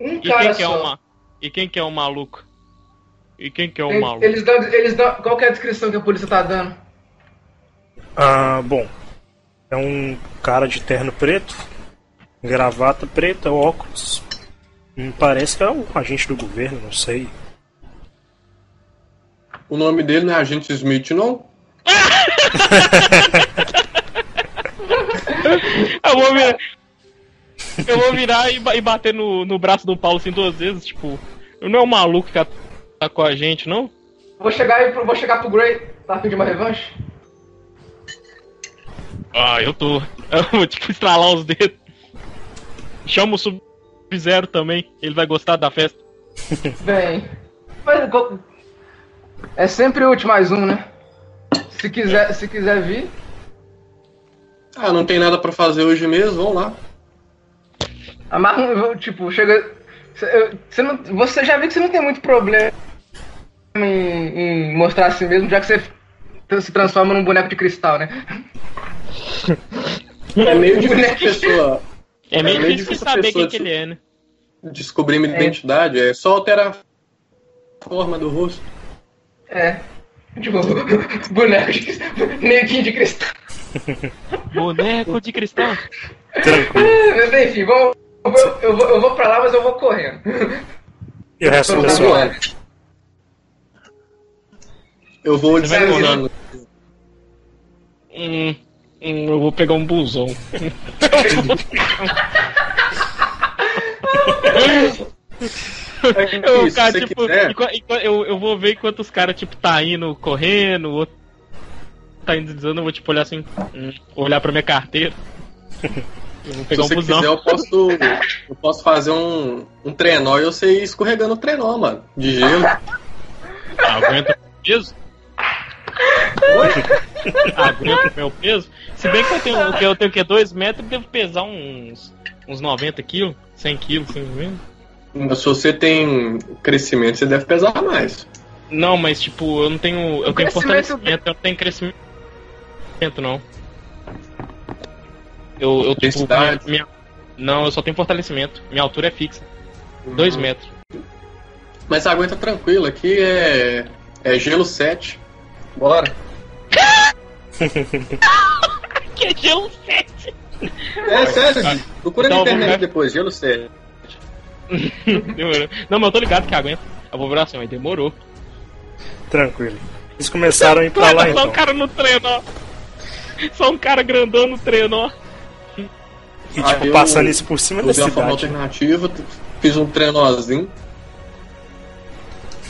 S3: Um
S2: E
S3: cara
S2: quem que é
S3: só.
S2: o ma... E quem que é o maluco? E quem que é o
S3: Eles-
S2: maluco?
S3: Eles dão, eles dão. Qual que é a descrição que a polícia tá dando?
S1: Ah, bom. É um cara de terno preto, gravata preta, óculos. Hum, Parece que é um agente do governo, não sei.
S4: O nome dele não é Agente Smith, não?
S2: Eu vou virar. Eu vou virar e, ba- e bater no, no braço do Paulo assim duas vezes, tipo. Não é o maluco que tá com a gente, não?
S3: Vou chegar, aí pro- vou chegar pro Grey. Tá afim de uma revanche?
S2: Ah, eu tô. Eu vou tipo estralar os dedos. Chama o Sub-Zero também, ele vai gostar da festa.
S3: Bem. Mas, co- é sempre útil mais um, né? Se quiser, se quiser vir.
S4: Ah, não tem nada pra fazer hoje mesmo, vamos lá.
S3: Amarra um. vou- Tipo, chega. cê- eu- Você, não, você já viu que você não tem muito problema em, em mostrar a si mesmo, já que você t- se transforma num boneco de cristal, né?
S4: É meio difícil a pessoa
S2: É meio
S4: É
S2: difícil
S4: meio difícil a
S2: saber
S4: pessoa
S2: quem que
S4: de-
S2: ele é, né?
S4: descobrir minha
S3: É.
S4: identidade, é só alterar a forma do rosto.
S3: É. Tipo, boneco de cristal. Neguinho de cristal.
S2: Boneco de cristal.
S1: Tranquilo.
S3: Mas enfim, vamos. Eu vou, eu, vou, eu vou pra lá, mas eu vou correndo.
S1: E o resto do
S4: Vamos
S1: pessoal?
S4: lá. Eu vou
S2: vai
S4: desesperando.
S2: Hum, hum, eu vou pegar um busão. Eu,
S4: Isso,
S2: cara,
S4: se
S2: tipo,
S4: quiser.
S2: enqua- enqua- eu, eu vou ver enquanto os caras, tipo, tá indo correndo, o outro tá indo dizendo, eu vou, tipo, olhar assim, hum, olhar pra minha carteira. Eu vou
S4: Se
S2: pegar um
S4: você
S2: busão.
S4: quiser, eu posso, eu posso fazer um, um trenó e eu sei escorregando o trenó, mano. De gelo.
S2: Ah, Aguenta o peso? Aguenta o meu peso? Se bem que eu tenho, que eu tenho que dois metros, eu devo pesar uns, uns 90 quilos, 100 quilos, assim, 100
S4: Se você tem crescimento, você deve pesar mais.
S2: Não, mas tipo, eu não tenho. Eu tenho
S3: crescimento-
S2: fortalecimento, eu não tenho crescimento, não. Eu, eu tipo, minha,
S4: Densidade.
S2: minha- Não, eu só tenho fortalecimento. Minha altura é fixa. 2
S1: Uhum.
S2: metros.
S4: Mas aguenta tranquilo, aqui é, é gelo 7. Bora.
S2: Que gelo 7!
S4: É sério, Gui. procura
S2: Então,
S4: na
S2: vamos
S4: internet
S2: ver.
S4: depois, gelo 7.
S2: Demorou. Não, mas eu tô ligado que aguenta. Eu vou virar assim, aí demorou.
S1: Tranquilo. Eles começaram a ir pra lá
S2: só
S1: então.
S2: um cara no treino, ó. Só um cara grandão no treino, ó.
S1: E
S4: Ah,
S1: tipo,
S4: eu-
S1: passando isso por cima da
S4: Usei uma forma
S1: cidade.
S4: alternativa, t- fiz um trenózinho.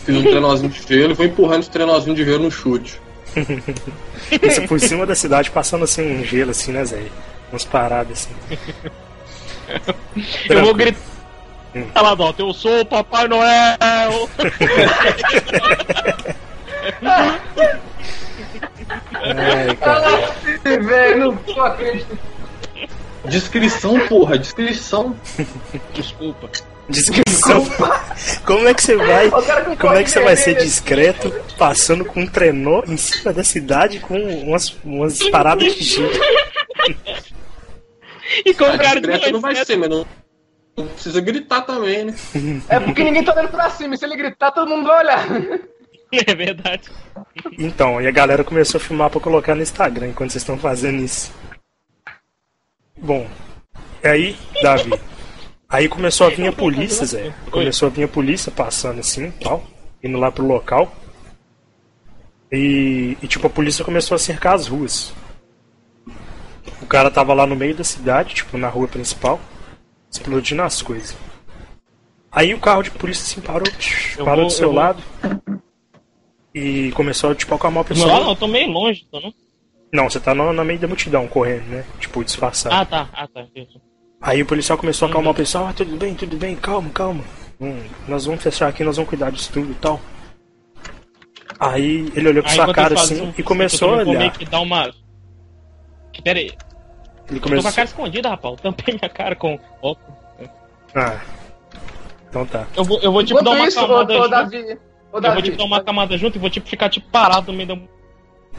S4: Fiz um trenózinho de gelo e vou empurrando esse trenózinho de gelo no chute.
S1: Isso por cima da cidade, passando assim um gelo assim, né, Zé? Umas paradas assim.
S2: Eu vou
S1: Tranquilo.
S2: gritar lá, Dota, eu sou o Papai Noel!
S1: É, cara.
S3: Nossa, Tá velho, não tô acreditando.
S4: Descrição, porra, descrição.
S2: Desculpa.
S1: Descrição. Como é que você vai?
S3: O cara com
S1: Como é que você vai ser
S4: né?
S3: vermelho.
S1: discreto passando com um trenó em cima da cidade com umas, umas paradas de gelo?
S2: E com
S4: A
S2: o cara de
S4: discreta não
S2: dois
S4: vai
S2: metros,
S4: ser, mas não, não precisa gritar também, né?
S3: É porque ninguém tá olhando pra cima. e Se ele gritar, todo mundo vai olhar.
S2: é verdade.
S1: Então, e a galera começou a filmar pra colocar no Instagram enquanto vocês estão fazendo isso. Bom, e aí, Davi? Aí começou a vir a polícia, Zé. Começou a vir a polícia passando assim e tal, indo lá pro local. E, e, tipo, a polícia começou a cercar as ruas. O cara tava lá no meio da cidade, tipo, na rua principal, explodindo as coisas. Aí o carro de polícia assim parou,
S2: Eu
S1: parou
S2: vou-
S1: do seu
S2: eu vou-
S1: lado. E começou a tipo, acalmar o
S2: Não,
S1: pessoal.
S2: lá não, eu tô meio longe, tô não.
S1: Não, você tá no, na meio da multidão correndo, né? Tipo, disfarçado.
S2: Ah, tá, ah, tá. beleza.
S1: Aí o policial começou a acalmar o pessoal. Ah, tudo bem, tudo bem, calma, calma. Hum, nós vamos fechar aqui, nós vamos cuidar disso tudo e tal. Aí ele olhou pra
S2: Aí,
S1: sua
S2: enquanto
S1: cara
S2: eu faço
S1: assim
S2: um-
S1: e começou a
S2: eu vou meio
S1: olhar.
S2: que dar uma. Que, Pera aí, eu
S1: Ele
S2: tô com
S1: começou.
S2: a cara escondida, rapaz. Eu tampei minha cara com. Ó,
S1: Ah. Então tá. Ah.
S2: Eu vou, eu vou tipo dar
S1: Então
S3: Enquanto
S2: uma
S3: isso, ô,
S2: acalmada
S3: ô,
S2: junto.
S3: Davi, Ô,
S2: eu vou,
S3: Davi,
S2: tipo, dar uma camada junto e vou, tipo, ficar, tipo, parado no meio da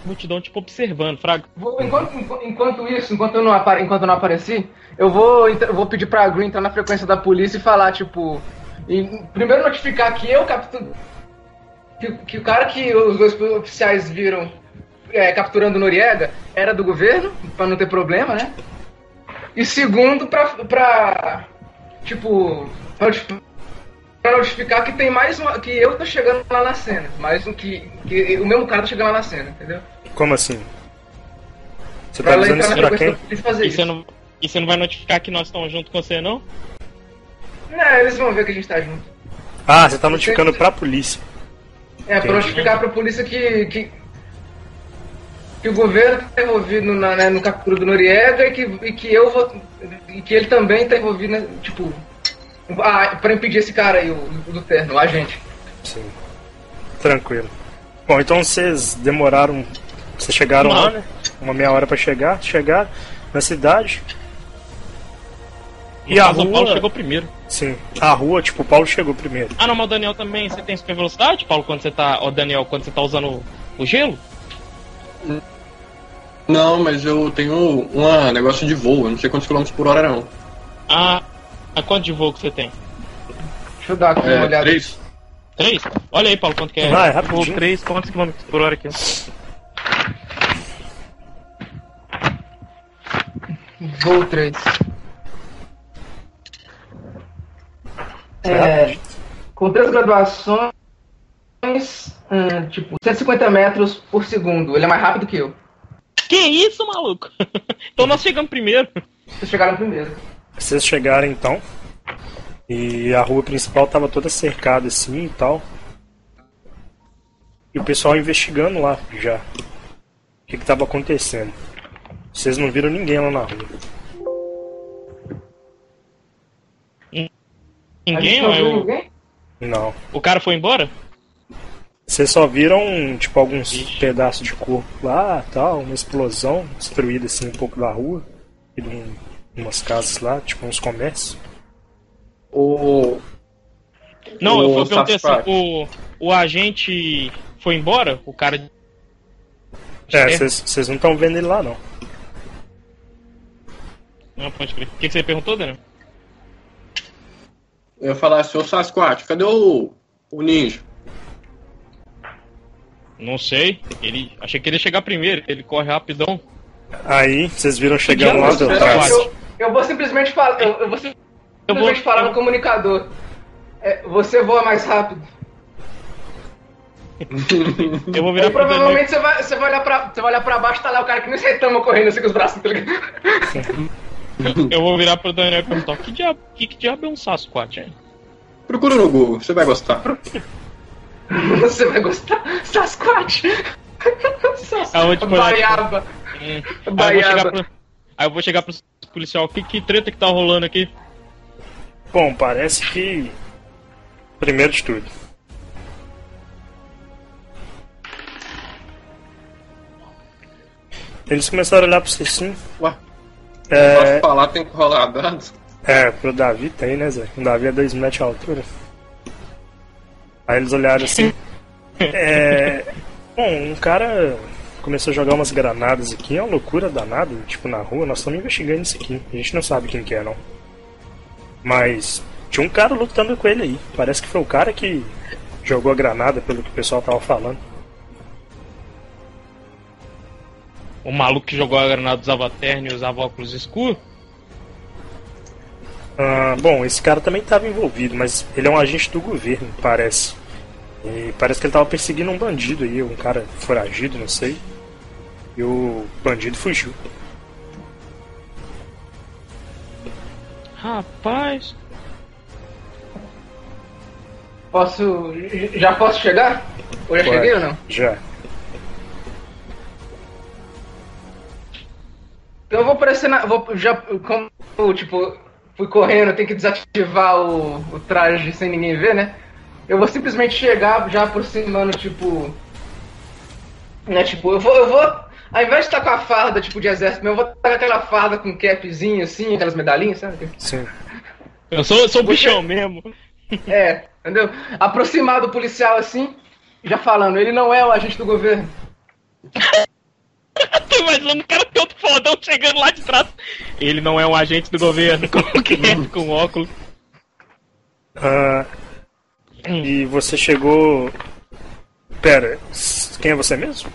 S2: multidão, tipo, observando, fraga.
S3: vou- enquanto, enqu- enquanto isso, enquanto eu não, apare, enquanto eu não apareci, eu vou, entra- eu vou pedir pra Green entrar na frequência da polícia e falar, tipo. e- primeiro notificar que eu captu, que, que o cara que os dois oficiais viram é, capturando o Noriega era do governo, pra não ter problema, né? E segundo, pra. pra tipo. Pra, noti- pra notificar que tem mais uma. Que eu tô chegando lá na cena. Mais um que. que o mesmo cara tá chegando lá na cena, entendeu?
S1: Como assim? Você
S3: Pra
S1: tá
S3: ela
S1: dizendo
S3: entrar
S2: na
S1: isso pra
S3: frequência
S1: quem?
S3: da polícia e fazer
S2: E
S3: isso.
S2: você não, e você não vai notificar que nós estamos junto com você, não?
S3: Não, eles vão ver que a gente tá junto.
S1: Ah, você tá notificando pra polícia.
S3: É, pra
S1: Entendi.
S3: notificar pra polícia que. que, que o governo tá envolvido na, né, no captura do Noriega e que, e que eu vou. E que ele também tá envolvido, né, tipo. Ah, pra impedir esse cara aí, o, o do terno, o agente.
S1: Sim. Tranquilo. Bom, então vocês demoraram. Vocês chegaram
S2: Uma
S1: lá,
S2: hora.
S1: né? Uma meia hora pra chegar. Chegaram na cidade.
S2: No
S1: E a
S2: caso, o
S1: rua-
S2: Paulo chegou primeiro.
S1: Sim. A rua, tipo, o Paulo chegou primeiro.
S2: Ah, não, mas o Daniel também, você tem super velocidade, Paulo, quando você tá. Ó, Daniel, quando você tá usando o- o gelo?
S4: Não, mas eu tenho um negócio de voo, eu não sei quantos quilômetros por hora não.
S2: Ah, a quanto de voo que você tem?
S3: Deixa eu dar aqui uma
S4: É,
S3: olhada.
S4: três?
S2: Três? Olha aí, Paulo, quanto que é.
S1: Vai, rapidinho.
S2: Voo três, quantos quilômetros por hora aqui?
S3: Voo 3. É, com três graduações, hum, tipo, 150 metros por segundo. Ele é mais rápido que eu.
S2: Que isso, maluco? então nós chegamos primeiro.
S3: Vocês chegaram primeiro.
S1: Vocês chegaram então. E a rua principal tava toda cercada assim e tal. E o pessoal investigando lá já. O que que tava acontecendo. Vocês não viram ninguém lá na rua.
S3: A
S2: Ninguém,
S3: gente não
S2: mas
S3: viu
S2: o,
S3: ninguém?
S1: Não.
S2: o cara foi embora?
S1: Vocês só viram, tipo, alguns
S2: Ixi.
S1: pedaços de corpo lá tal, uma explosão destruída assim um pouco da rua. E de um- umas casas lá, tipo uns comércios.
S4: O...
S2: Não,
S4: O
S2: eu fui perguntei assim,
S4: Sasquatch.
S2: o, o agente foi embora? O cara de.
S1: É,
S2: É.
S1: vocês vocês não estão vendo ele lá não.
S2: Não, pode crer. O que, que você perguntou, Daniel?
S4: Eu ia falar assim, ô Sasquatch, cadê o, o ninja?
S2: Não sei. Ele. Achei que ele ia chegar primeiro. Ele corre rapidão.
S1: Aí, vocês viram chegando lá
S2: diabos
S1: do
S4: é
S1: trás.
S4: Fácil.
S3: Eu, eu vou simplesmente falar. Eu, eu vou simplesmente
S2: Eu vou.
S3: falar no comunicador. É, você voa mais rápido.
S2: Eu vou virar pro Daniel.
S3: Ou provavelmente você vai, você, vai olhar pra, você vai olhar pra baixo, tá lá o cara que nem retama correndo assim com os braços, tá ligado?
S2: Eu vou virar pro Daniel e perguntar: que diabo, que, que diabo é um Sasquatch aí?
S4: Procura no Google, você vai gostar.
S3: Você vai gostar. Sasquatch! Sasquatch.
S2: Ah, eu vou te olhar aqui.
S3: Baiaba.
S2: Hum. Aí eu vou chegar pro. Aí
S3: Baiaba.
S2: eu vou chegar pro policial, que, que treta que tá rolando aqui?
S1: Bom, parece que. Primeiro de tudo. Eles começaram a olhar pra você sim.
S4: Ué,
S1: É,
S4: posso falar, tem que rolar dados?
S1: é, pro Davi tem, né, Zé? O Davi é 2 metros de altura. Aí eles olharam assim. É. Bom, um cara começou a jogar umas granadas aqui, é uma loucura danada, tipo, na rua, nós estamos investigando isso aqui. A gente não sabe quem que é, não. Mas tinha um cara lutando com ele aí. Parece que foi o cara que jogou a granada, pelo que o pessoal tava falando.
S2: O maluco que jogou a granada usava terno e usava óculos escuros?
S1: Ah, bom, esse cara também estava envolvido, mas ele é um agente do governo, parece. E parece que ele estava perseguindo um bandido aí, um cara foragido, não sei. E o bandido fugiu.
S2: Rapaz.
S3: Posso. j- Já posso chegar? Ou já
S1: Pode.
S3: cheguei ou não?
S1: Já.
S3: Então eu vou aparecer na. Vou, já, como, eu, tipo, fui correndo, eu tenho que desativar o, o traje sem ninguém ver, né? Eu vou simplesmente chegar já aproximando, tipo. Né, tipo, eu vou. Eu vou ao invés de estar com a farda, tipo, de exército, eu vou estar com aquela farda com capzinho, assim, aquelas medalhinhas, sabe?
S1: Sim.
S2: Eu sou, sou bichão um mesmo.
S3: É. Entendeu? Aproximar do policial assim, já falando, ele não é o agente do governo.
S2: Tô imaginando o cara tem outro fodão chegando lá de trás. Ele não é um agente do governo, como que é, com óculos.
S1: Ah, e você chegou. Pera, s- quem é você mesmo?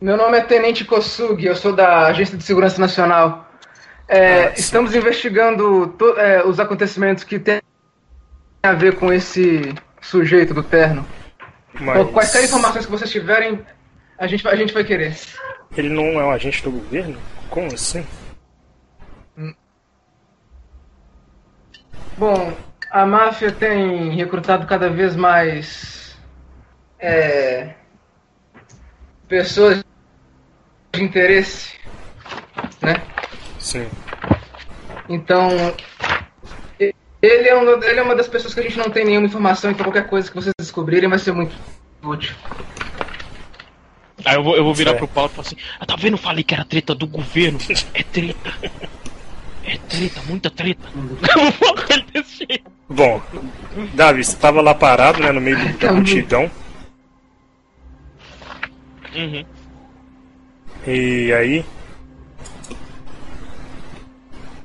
S3: Meu nome é Tenente Kosugi, eu sou da Agência de Segurança Nacional. É,
S1: Ah, sim.
S3: estamos investigando to- é, os acontecimentos que têm a ver com esse sujeito do terno.
S1: Mas
S3: Quaisquer informações que vocês tiverem, a gente, vai- a gente vai querer.
S1: Ele não é um agente do governo? Como assim?
S3: Bom, a máfia tem recrutado cada vez mais é, pessoas de interesse, né?
S1: Sim.
S3: Então, e- ele é, um- ele é uma das pessoas que a gente não tem nenhuma informação, então qualquer coisa que vocês descobrirem vai ser muito útil.
S2: Aí eu vou, eu vou virar
S1: Certo.
S2: pro Paulo e falar assim: ah, tá vendo? Eu falei que era treta do governo. É treta. É treta, muita treta. Uma coisa desse jeito.
S1: Bom, Davi, você tava lá parado, né, no meio do- da multidão.
S2: Uhum.
S1: E aí.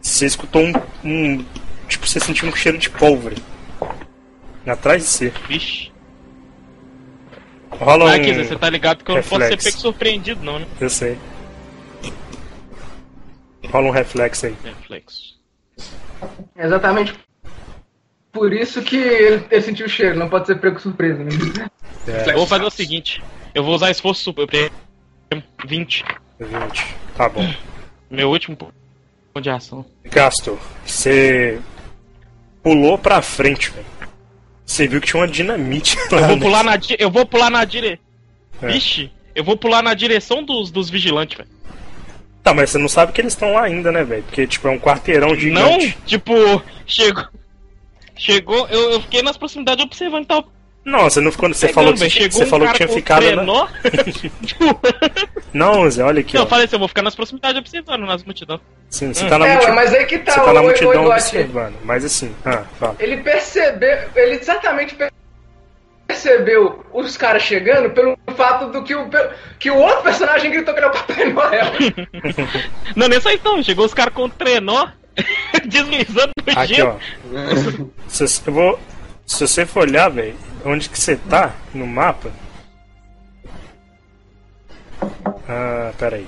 S1: Você escutou um, um- Tipo, você sentiu um cheiro de pólvora. Atrás de você.
S2: Vixe.
S1: Rola
S2: Ah, quer dizer,
S1: um.
S2: você tá ligado que eu não posso ser
S1: reflexo.
S2: pego surpreendido, não, né?
S1: Eu sei. Rola um reflexo aí.
S2: Reflexo.
S3: É exatamente por isso que ele, ele sentiu o cheiro, não pode ser pego surpresa, né?
S2: Eu vou fazer o seguinte: eu vou usar esforço super. 20.
S1: 20. Tá bom.
S2: Meu último ponto de ação.
S1: Gastor, você pulou pra frente, velho. Você viu que tinha uma dinamite lá,
S2: Eu vou
S1: né?
S2: pular na, di- eu vou pular na direção.
S1: É.
S2: Vixe, eu vou pular na direção dos, dos vigilantes, velho.
S1: Tá, mas você não sabe que eles estão lá ainda, né, velho? Porque, tipo, é um quarteirão
S2: Não,
S1: gigante.
S2: tipo, chegou. Chegou, eu, eu fiquei nas proximidades observando que tava
S1: Não, você não ficou. Você
S2: pegando,
S1: falou que,
S2: velho.
S1: você
S2: Chegou um
S1: falou que
S2: cara
S1: tinha
S2: com
S1: ficado. né?
S2: trenó.
S1: Não, Zé, olha aqui,
S2: Não,
S1: ó.
S2: eu falei assim, eu vou ficar nas proximidades observando, nas multidão.
S1: Sim, você tá na
S3: é, ué,
S1: multidão.
S3: mas aí que tá,
S1: Você tá na
S3: o, o,
S1: multidão
S3: Eduardo.
S1: observando. Mas assim, ah, fala.
S3: Ele percebeu, ele exatamente per- percebeu os caras chegando pelo fato do que o, pe- que o outro personagem gritou que era o Papai Noel.
S2: Não, nem só isso não, chegou os caras com trenó, deslizando no
S1: Aqui,
S2: gelo.
S1: ó.
S2: um-
S1: Se, você- eu vou, se você for olhar, velho, onde que você tá no mapa. Ah, peraí.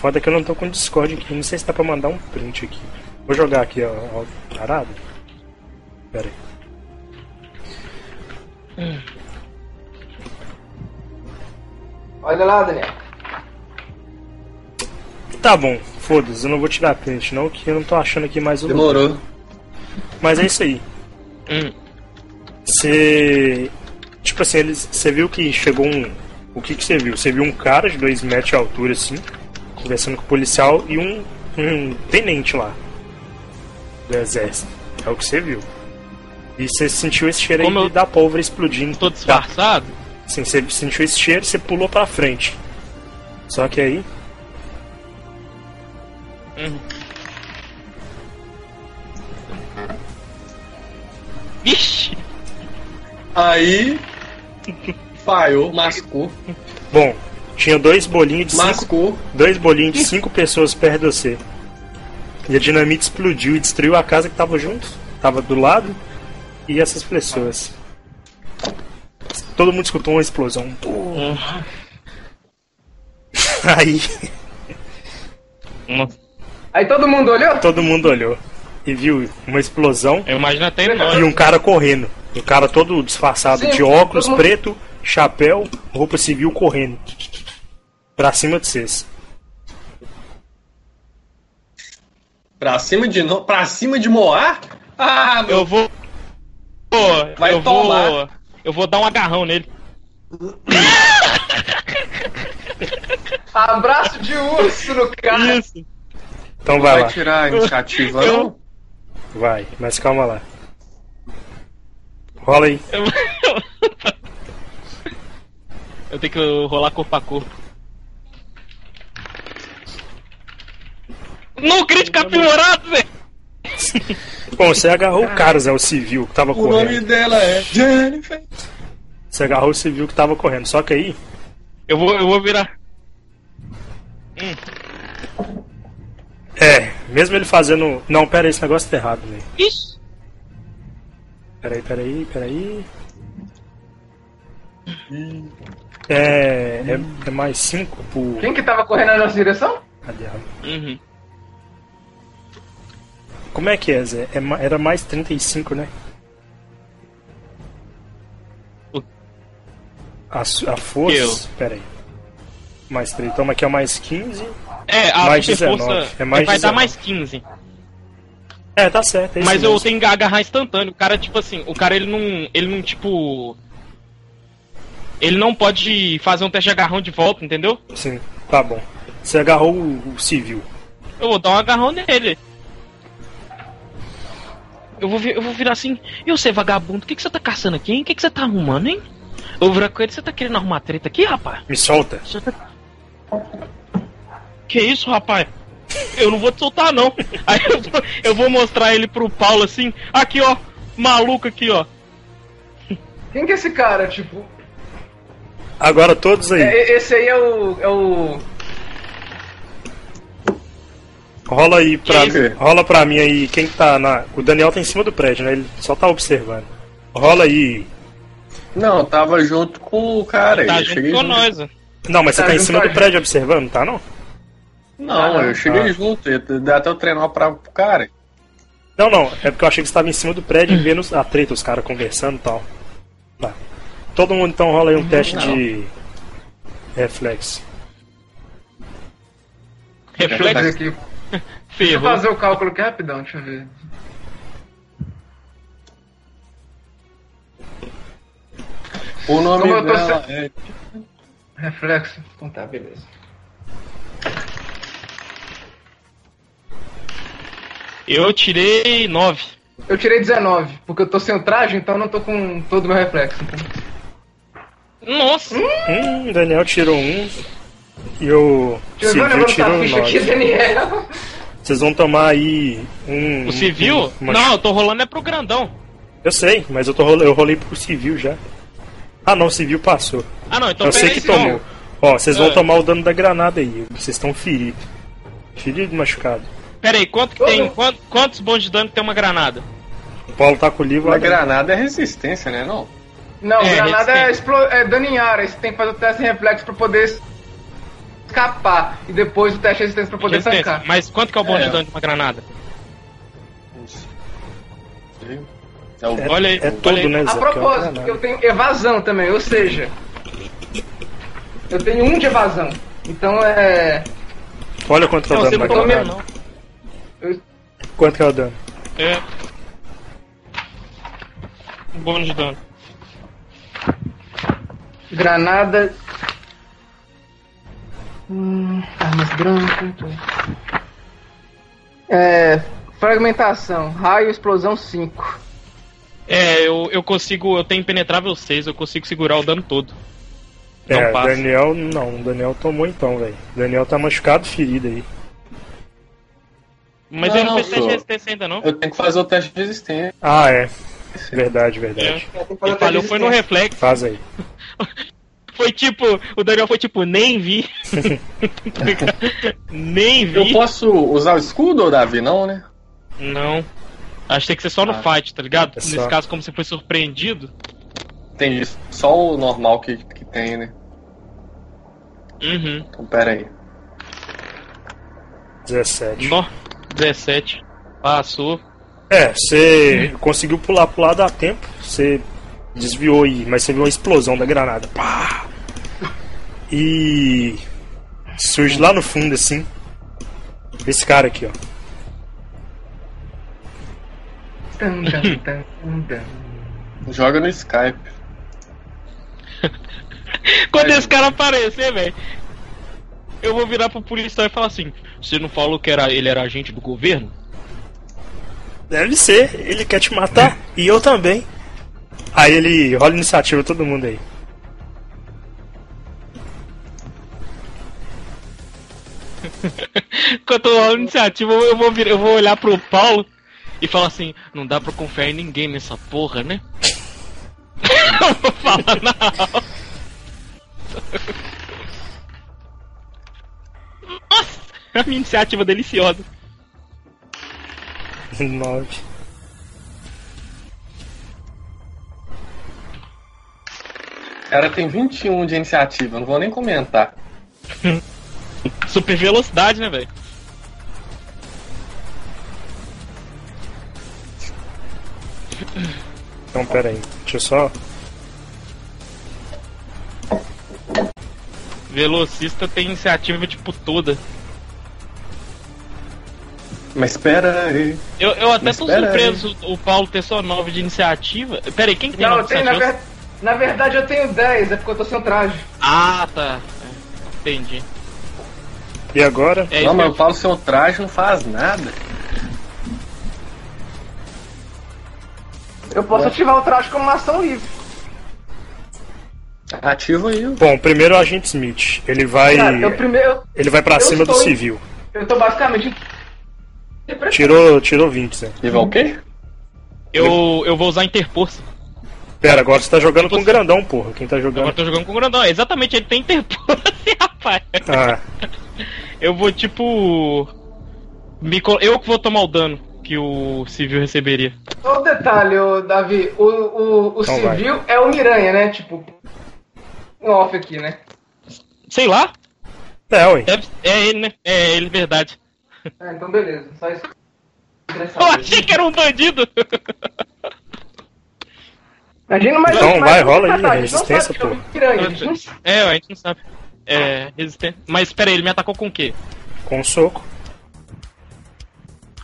S1: Foda que eu não tô com o Discord aqui. Não sei se dá pra mandar um print aqui. Vou jogar aqui, ó. ó parado. Peraí.
S3: Olha lá, Daniel.
S1: Tá bom, foda-se. Eu não vou tirar print, não, que eu não tô achando aqui mais o logo.
S4: Demorou.
S1: Mas é isso aí.
S2: Hum.
S1: Você. Tipo assim, eles, você viu que chegou um. O que, que você viu? Você viu um cara de dois metros de altura, assim, conversando com o policial e um, um tenente lá. Do exército. É o que você viu. E você sentiu esse cheiro
S2: Como
S1: aí
S2: eu-
S1: da pólvora explodindo.
S2: Tô disfarçado.
S1: Assim, você sentiu esse cheiro você pulou pra frente. Só que aí.
S2: Vixe,
S4: Aí. Falhou, mascou.
S1: Bom, tinha dois bolinhos de cinco
S4: Mascou.
S1: Dois bolinhos de cinco pessoas perto de você. E a dinamite explodiu e destruiu a casa que tava junto, tava do lado, e essas pessoas. Todo mundo escutou uma explosão.
S2: Hum.
S1: Aí
S2: Nossa,
S3: Aí todo mundo olhou?
S1: todo mundo olhou e viu uma explosão
S2: eu imagino até
S1: e
S2: nós. né?
S1: um cara correndo. Um cara todo disfarçado
S3: Sim,
S1: de óculos
S3: todo mundo-
S1: preto, chapéu, roupa civil correndo. Pra cima de vocês.
S4: Pra cima de no... Pra cima de Moá? Ah, meu.
S2: Eu vou. Pô,
S4: Vai
S2: eu vou.
S4: tomar.
S2: Eu vou dar um agarrão nele.
S3: Abraço de urso no cara.
S2: Isso.
S1: Então vai
S4: Vai
S1: lá,
S4: tirar a iniciativa,
S2: Eu-
S4: não?
S1: vai, mas calma lá. Rola aí.
S2: Eu, eu tenho que rolar corpo a corpo. No crítico aprimorado, velho!
S1: Bom, você agarrou o cara, Zé, o civil que tava
S4: Ah. O nome
S1: correndo.
S4: dela é Jennifer.
S1: Você agarrou o civil que tava correndo. Só que aí,
S2: Eu vou, eu vou virar.
S1: é, mesmo ele fazendo. Não, pera aí, esse negócio tá errado, velho.
S2: Ixi!
S1: Peraí, peraí, peraí.
S4: Uhum.
S1: É, é, é mais 5 por.
S3: Quem que tava correndo na nossa direção?
S1: Cadê ela?
S2: Uhum.
S1: Como é que é, Zé? É ma- era mais 35, né?
S2: O-
S1: A, su- a força. Peraí. Mais 3. Toma aqui, ó, mais 15.
S2: É, a
S1: Mais
S2: super
S1: 19,
S2: força
S1: é mais
S2: vai dar
S1: 19.
S2: mais 15.
S1: É, tá certo. É isso
S2: Mas eu
S1: mesmo.
S2: tenho que agarrar instantâneo. O cara, tipo assim, o cara ele não. Ele não, tipo. Ele não pode fazer um teste de agarrão de volta, entendeu?
S1: Sim, tá bom. Você agarrou o, o civil.
S2: Eu vou dar um agarrão nele. Eu vou, vi- eu vou virar assim. E você, vagabundo, o que, que você tá caçando aqui, hein? O que, que você tá arrumando, hein? Eu vou virar com ele, você tá querendo arrumar treta aqui, rapaz?
S1: Me solta.
S2: Você tá... Que isso, rapaz? Eu não vou te soltar, não. Aí eu vou, eu vou mostrar ele pro Paulo assim. Aqui, ó. Maluco aqui, ó.
S3: Quem que é esse cara, tipo?
S1: Agora todos aí.
S3: É, e- esse aí é o. É o.
S1: Rola aí pra
S4: Que
S2: é
S4: isso?
S1: Rola pra mim aí. Quem que tá na. O Daniel tá em cima do prédio, né? Ele só tá observando. Rola aí.
S4: Não, tava junto com o
S1: É
S4: cara.
S2: Tá
S4: eu
S2: junto
S4: cheguei
S2: com
S4: junto.
S2: nós, ó.
S1: Não, mas você
S3: Tá
S1: tá em
S3: junto
S1: cima
S3: com a
S1: do
S3: gente.
S1: prédio observando, tá não?
S4: Não,
S3: Ah,
S4: eu cheguei
S1: tá.
S4: junto. eu- Dá até eu treinar pra, pro cara.
S1: Não, não. É porque eu achei que você tava em cima do prédio e vendo a treta, os caras conversando e tal. Tá. Todo mundo então rola aí um teste
S4: não.
S1: de. Reflexo.
S3: Deixa eu ver
S2: Reflexo
S3: aqui. Deixa eu
S2: ferro.
S3: fazer o cálculo aqui rapidão, deixa eu ver.
S4: O nome
S3: Como eu tô
S4: dela é.
S3: Reflexo. Então tá, beleza.
S2: Eu tirei 9.
S3: Eu tirei 19, porque eu tô sem o traje, então eu não tô com todo o meu reflexo. então.
S2: Nossa!
S1: Hum, Daniel tirou um. E o
S3: Deixa eu
S1: civil
S3: ver levantar
S1: tirou
S3: a
S1: um
S3: ficha aqui,
S1: nove.
S3: Daniel.
S1: Vocês vão tomar aí um.
S2: O civil?
S1: um- uma-
S2: Não, eu tô rolando é pro grandão.
S1: Eu sei, mas eu, tô, rola- eu rolei pro civil já. Ah não, o civil passou.
S2: Ah não, então
S1: eu sei
S2: peraí,
S1: que
S2: então.
S1: tomou. Ó, vocês vão
S2: É.
S1: tomar o dano da granada aí. Vocês estão feridos. Ferido e machucado.
S2: Peraí, quanto que
S3: Ô,
S2: tem?
S3: meu.
S2: Quant- quantos bons de dano que tem uma granada?
S1: O Paulo tá com o livro.
S4: A
S1: lá dentro.
S4: granada é resistência, né? Não.
S3: Não,
S2: É,
S3: granada
S2: resistente.
S3: é, explo... é dano em área, você tem que fazer o teste em reflexo pra poder escapar. E depois o teste de resistência pra poder
S2: Resistência.
S3: tancar.
S2: Mas quanto que é o bom
S4: É.
S2: de dano de uma granada?
S4: É o
S1: É,
S2: Olha aí,
S1: é
S2: olha
S1: todo,
S2: aí.
S1: né, Zé?
S3: A
S1: que é uma
S3: propósito,
S1: granada.
S3: eu tenho evasão também, ou seja, eu tenho um de evasão. Então é.
S1: Olha quanto que é o
S2: Não, você
S1: dano
S2: não
S1: da
S2: tomou
S1: granada.
S2: mesmo, não.
S3: eu-
S1: Quanto que é o dano?
S2: É. Um bônus de dano.
S3: Granada. Hum, armas brancas. então. É. Fragmentação. Raio, explosão 5.
S2: É, eu, eu consigo. Eu tenho impenetrável 6, eu consigo segurar o dano todo. Não
S1: é,
S2: passa.
S1: Daniel não. Daniel tomou então, velho. Daniel tá machucado, ferido aí.
S2: Mas
S4: Não,
S2: eu não fiz
S4: não,
S2: teste de
S4: sou.
S2: resistência ainda, não.
S4: Eu tenho que fazer o teste de resistência.
S1: Ah, é. Verdade, verdade.
S2: É. Ele falhou, foi no reflexo.
S1: Faz aí.
S2: Foi tipo, o Daniel foi tipo, nem vi. nem vi.
S4: Eu posso usar o escudo, ô, Davi? Não, né?
S2: Não. Acho que tem que ser só no
S4: Ah.
S2: fight, tá ligado?
S1: É só.
S2: Nesse caso, como você foi surpreendido.
S4: Tem isso. Só o normal que, que tem, né?
S2: Uhum.
S4: Então, pera aí.
S1: 17.
S2: Nó. Ah, 17. Passou.
S1: É, você conseguiu pular pro lado a tempo, você desviou aí, mas você viu uma explosão da granada. Pá! E surge lá no fundo assim. Esse cara aqui, ó.
S3: Tan, tan, tan, tan, tan.
S4: Joga no Skype.
S2: Quando esse cara aparecer, velho. Eu vou virar pro policial e falar assim: Você não falou que era, ele era agente do governo?
S1: Deve ser, ele quer te matar e eu também. Aí ele rola a iniciativa todo mundo aí.
S2: Enquanto eu tô na iniciativa, eu vou, vir, eu vou olhar pro Paulo e fala assim: não dá pra confiar em ninguém nessa porra, né? não vou falar não. Nossa, é uma iniciativa deliciosa.
S1: 9.
S4: Ela tem 21 de iniciativa, não vou nem comentar.
S2: Super velocidade, né, velho?
S1: Então, pera aí. Deixa eu só.
S2: Velocista tem iniciativa tipo toda.
S4: Mas espera aí.
S2: Eu, eu até
S4: Mas
S2: tô
S4: pera
S2: surpreso o Paulo ter só 9 de iniciativa. Pera aí, quem que tem
S3: Não,
S2: 9 de
S3: eu tenho, na,
S2: iniciativa?
S3: ver... na verdade eu tenho 10, é porque eu tô sem traje.
S2: Ah, tá. É, Entendi.
S1: E agora?
S2: É
S4: não,
S2: isso
S4: mas
S2: mesmo.
S4: eu falo seu traje não faz nada.
S3: Eu posso
S4: Ué.
S3: ativar o traje como uma ação livre.
S4: Ativa aí. ó.
S1: Bom, primeiro o agente Smith. Ele vai.
S3: Cara, eu primeiro.
S1: Ele vai pra
S3: eu
S1: cima do
S3: estou-
S1: civil.
S3: Eu tô basicamente.
S1: Tirou, tirou né? 20, Zé.
S4: E vai o quê?
S2: Eu, eu vou usar interposto.
S1: Pera, agora você tá jogando com
S2: Você-
S1: o grandão, porra. Quem tá
S2: Agora eu
S1: jogando.
S2: tô jogando com o grandão. É, Exatamente, ele tem interposto, rapaz.
S1: Ah,
S2: Eu vou, tipo. Me col- Eu que vou tomar o dano que o civil receberia.
S3: Só um detalhe, ô, Davi. O, o, o
S1: Então
S3: civil é o Miranha, né? Tipo. Um off aqui, né?
S2: Sei lá.
S1: é, ué.
S2: Deve- É ele, né? É ele, verdade.
S3: Ah, então beleza. Só isso. Tá
S2: Eu achei que era um bandido.
S3: Imagina mais
S1: Então,
S3: mais-
S1: vai,
S3: mais-
S1: rola aí,
S3: mais-
S1: resistência,
S3: não sabe
S1: pô.
S3: que é o Miranha, a gente não sabe.
S2: é, a gente não sabe. É, resistente. Mas pera aí, ele me atacou com o quê?
S1: Com um soco.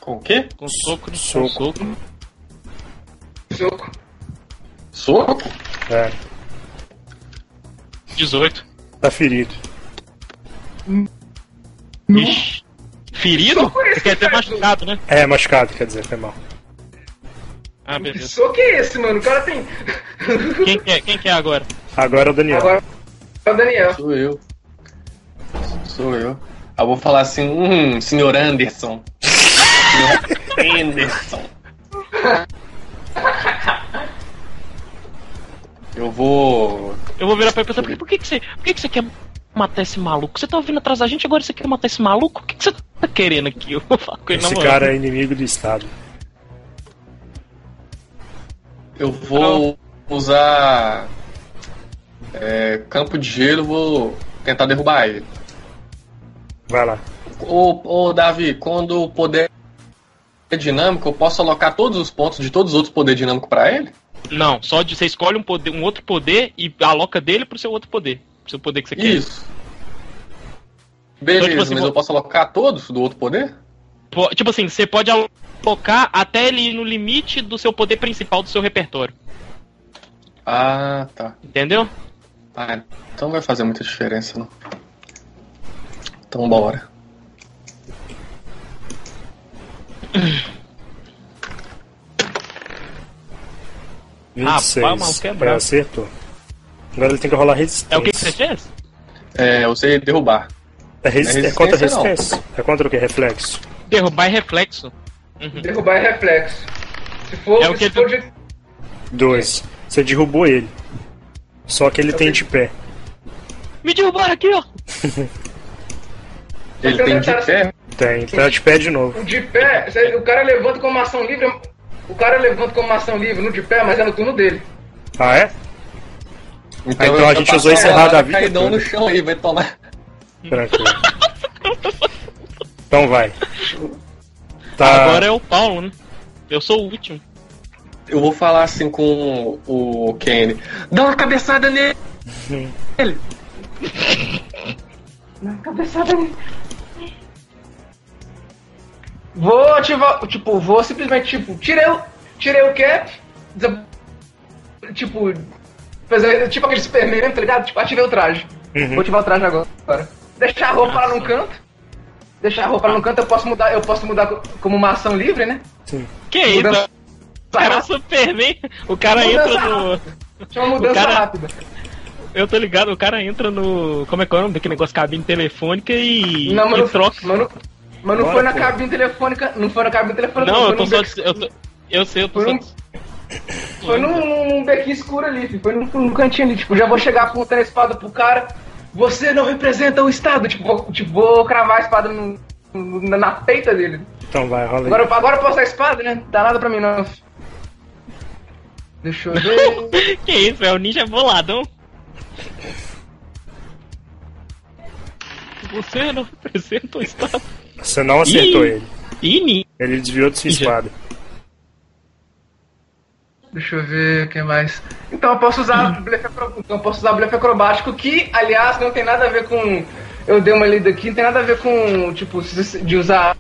S4: Com o quê?
S2: Com soco, né? com
S1: Soco.
S2: soco.
S3: Soco.
S4: Soco?
S1: É.
S2: 18.
S1: Tá ferido.
S2: Ixi. Ferido?
S3: Só por isso
S2: Você quer
S3: que
S2: dizer
S3: faz um.
S2: machucado, né?
S1: É, machucado, quer dizer, foi mal.
S2: Ah,
S3: Que
S2: beleza.
S3: soco é esse, mano? O cara tem.
S2: Quem que é, Quem que é agora?
S1: Agora é o Daniel.
S3: Agora é o Daniel.
S4: Sou eu. Sou eu. Aí Eu vou falar assim, hum, senhor Anderson. senhor Anderson. Eu vou.
S2: Eu vou virar pra ele e perguntar, por, que- por que, que você. Por que, que você quer matar esse maluco? Você tá vindo atrás da gente agora você quer matar esse maluco? O que, que você tá querendo aqui? Eu vou falar com ele na
S1: Esse
S2: moral.
S1: cara é inimigo do Estado.
S4: Eu vou usar. é, campo de gelo, vou tentar derrubar ele.
S1: Vai lá.
S4: Ô, ô Davi, quando o poder é dinâmico, eu posso alocar todos os pontos de todos os outros poderes dinâmicos pra ele?
S2: Não, só de você escolhe um, poder, um outro poder e aloca dele pro seu outro poder. Pro seu poder que você quer.
S4: Isso. Beleza,
S2: Então, tipo assim,
S4: mas
S2: vo-
S4: eu posso alocar todos do outro poder?
S2: Po- Tipo assim, você pode alocar até ele ir no limite do seu poder principal do seu repertório.
S4: Ah, tá.
S2: Entendeu?
S4: Ah, então não vai fazer muita diferença, não. Então bora.
S2: Rapaz,
S1: 26.
S2: maluco, é brabo.
S1: é, acertou. Agora ele tem que rolar resistência.
S2: É o que, que você fez?
S4: É, eu sei derrubar.
S1: É, resist...
S4: Não é
S1: é contra
S4: resistência,
S1: resistência. É contra o que? Reflexo.
S2: Derrubar é reflexo.
S3: Derrubar é reflexo. Se for,
S2: É o que
S3: se
S2: ele-
S3: for de...
S1: Dois. Você derrubou ele. Só que ele tem de pé.
S2: Me derrubaram aqui, ó.
S4: Ele tem de pé.
S1: Tem. Tá de pé de novo.
S3: o de pé, se- o cara levanta como uma ação livre. O cara levanta como uma ação livre no de pé, mas é no turno dele.
S1: Ah, é? Ah, então
S4: eu
S1: a
S4: vou
S1: gente usou
S4: passar
S1: encerrado
S4: uma
S1: a vida
S4: caidão
S1: toda.
S4: no chão aí, vai tomar.
S1: Tranquilo. Então vai. Tá.
S2: Agora é o Paulo, né? Eu sou o último.
S4: Eu vou falar assim com o Kenny. Dá uma cabeçada nele!
S3: Na cabeçada dele. Vou ativar. Tipo, vou simplesmente, tipo, tirei o. Tirei o cap. desa- Tipo. Fazer, tipo aquele Superman, tá ligado? Tipo, ativei o traje.
S2: Uhum.
S3: Vou ativar o traje agora. Deixar a roupa lá num canto. Deixar a roupa lá num canto, eu posso mudar, eu posso mudar co- como uma ação livre, né?
S1: Sim.
S2: Que isso?
S3: Mudança-
S2: O cara é o Superman. O cara entra no.
S3: Chama mudança
S2: O cara-
S3: rápida.
S2: Eu tô ligado, o cara entra no. Como é que é o nome daquele negócio? Cabine telefônica e.
S3: Não,
S2: e
S3: mano,
S2: troca.
S3: mano, Mas não
S1: Bora,
S3: foi na
S1: pô.
S3: cabine telefônica. Não foi na cabine telefônica.
S2: Não,
S3: foi
S2: eu tô
S3: num
S2: só.
S3: beco-
S2: des- Eu, tô- eu sei, eu tô
S3: Foi
S2: só.
S3: um-
S2: des-
S3: Foi num, num bequinho escuro ali, filho. Foi num, num cantinho ali. Tipo, já vou chegar apontando a espada pro cara. Você não representa o Estado. Tipo, vou, tipo, vou cravar a espada no- no- na, na peita dele.
S1: Então vai, rola aí.
S3: Agora, eu- agora eu posso dar a espada, né? Não dá nada pra mim, não. Deixa eu ver.
S2: que isso, é o ninja boladão. Você não representa o Estado.
S1: Você não acertou
S2: Ih.
S1: ele.
S2: E ninja.
S1: Ele desviou de sua
S2: Ih, já.
S1: espada.
S3: Deixa eu ver quem mais. Então eu posso
S2: Hum.
S3: usar blefe, acro- então, eu posso usar blefe acrobático, que, aliás, não tem nada a ver com. Eu dei uma lida aqui, não tem nada a ver com, tipo, se- se- de usar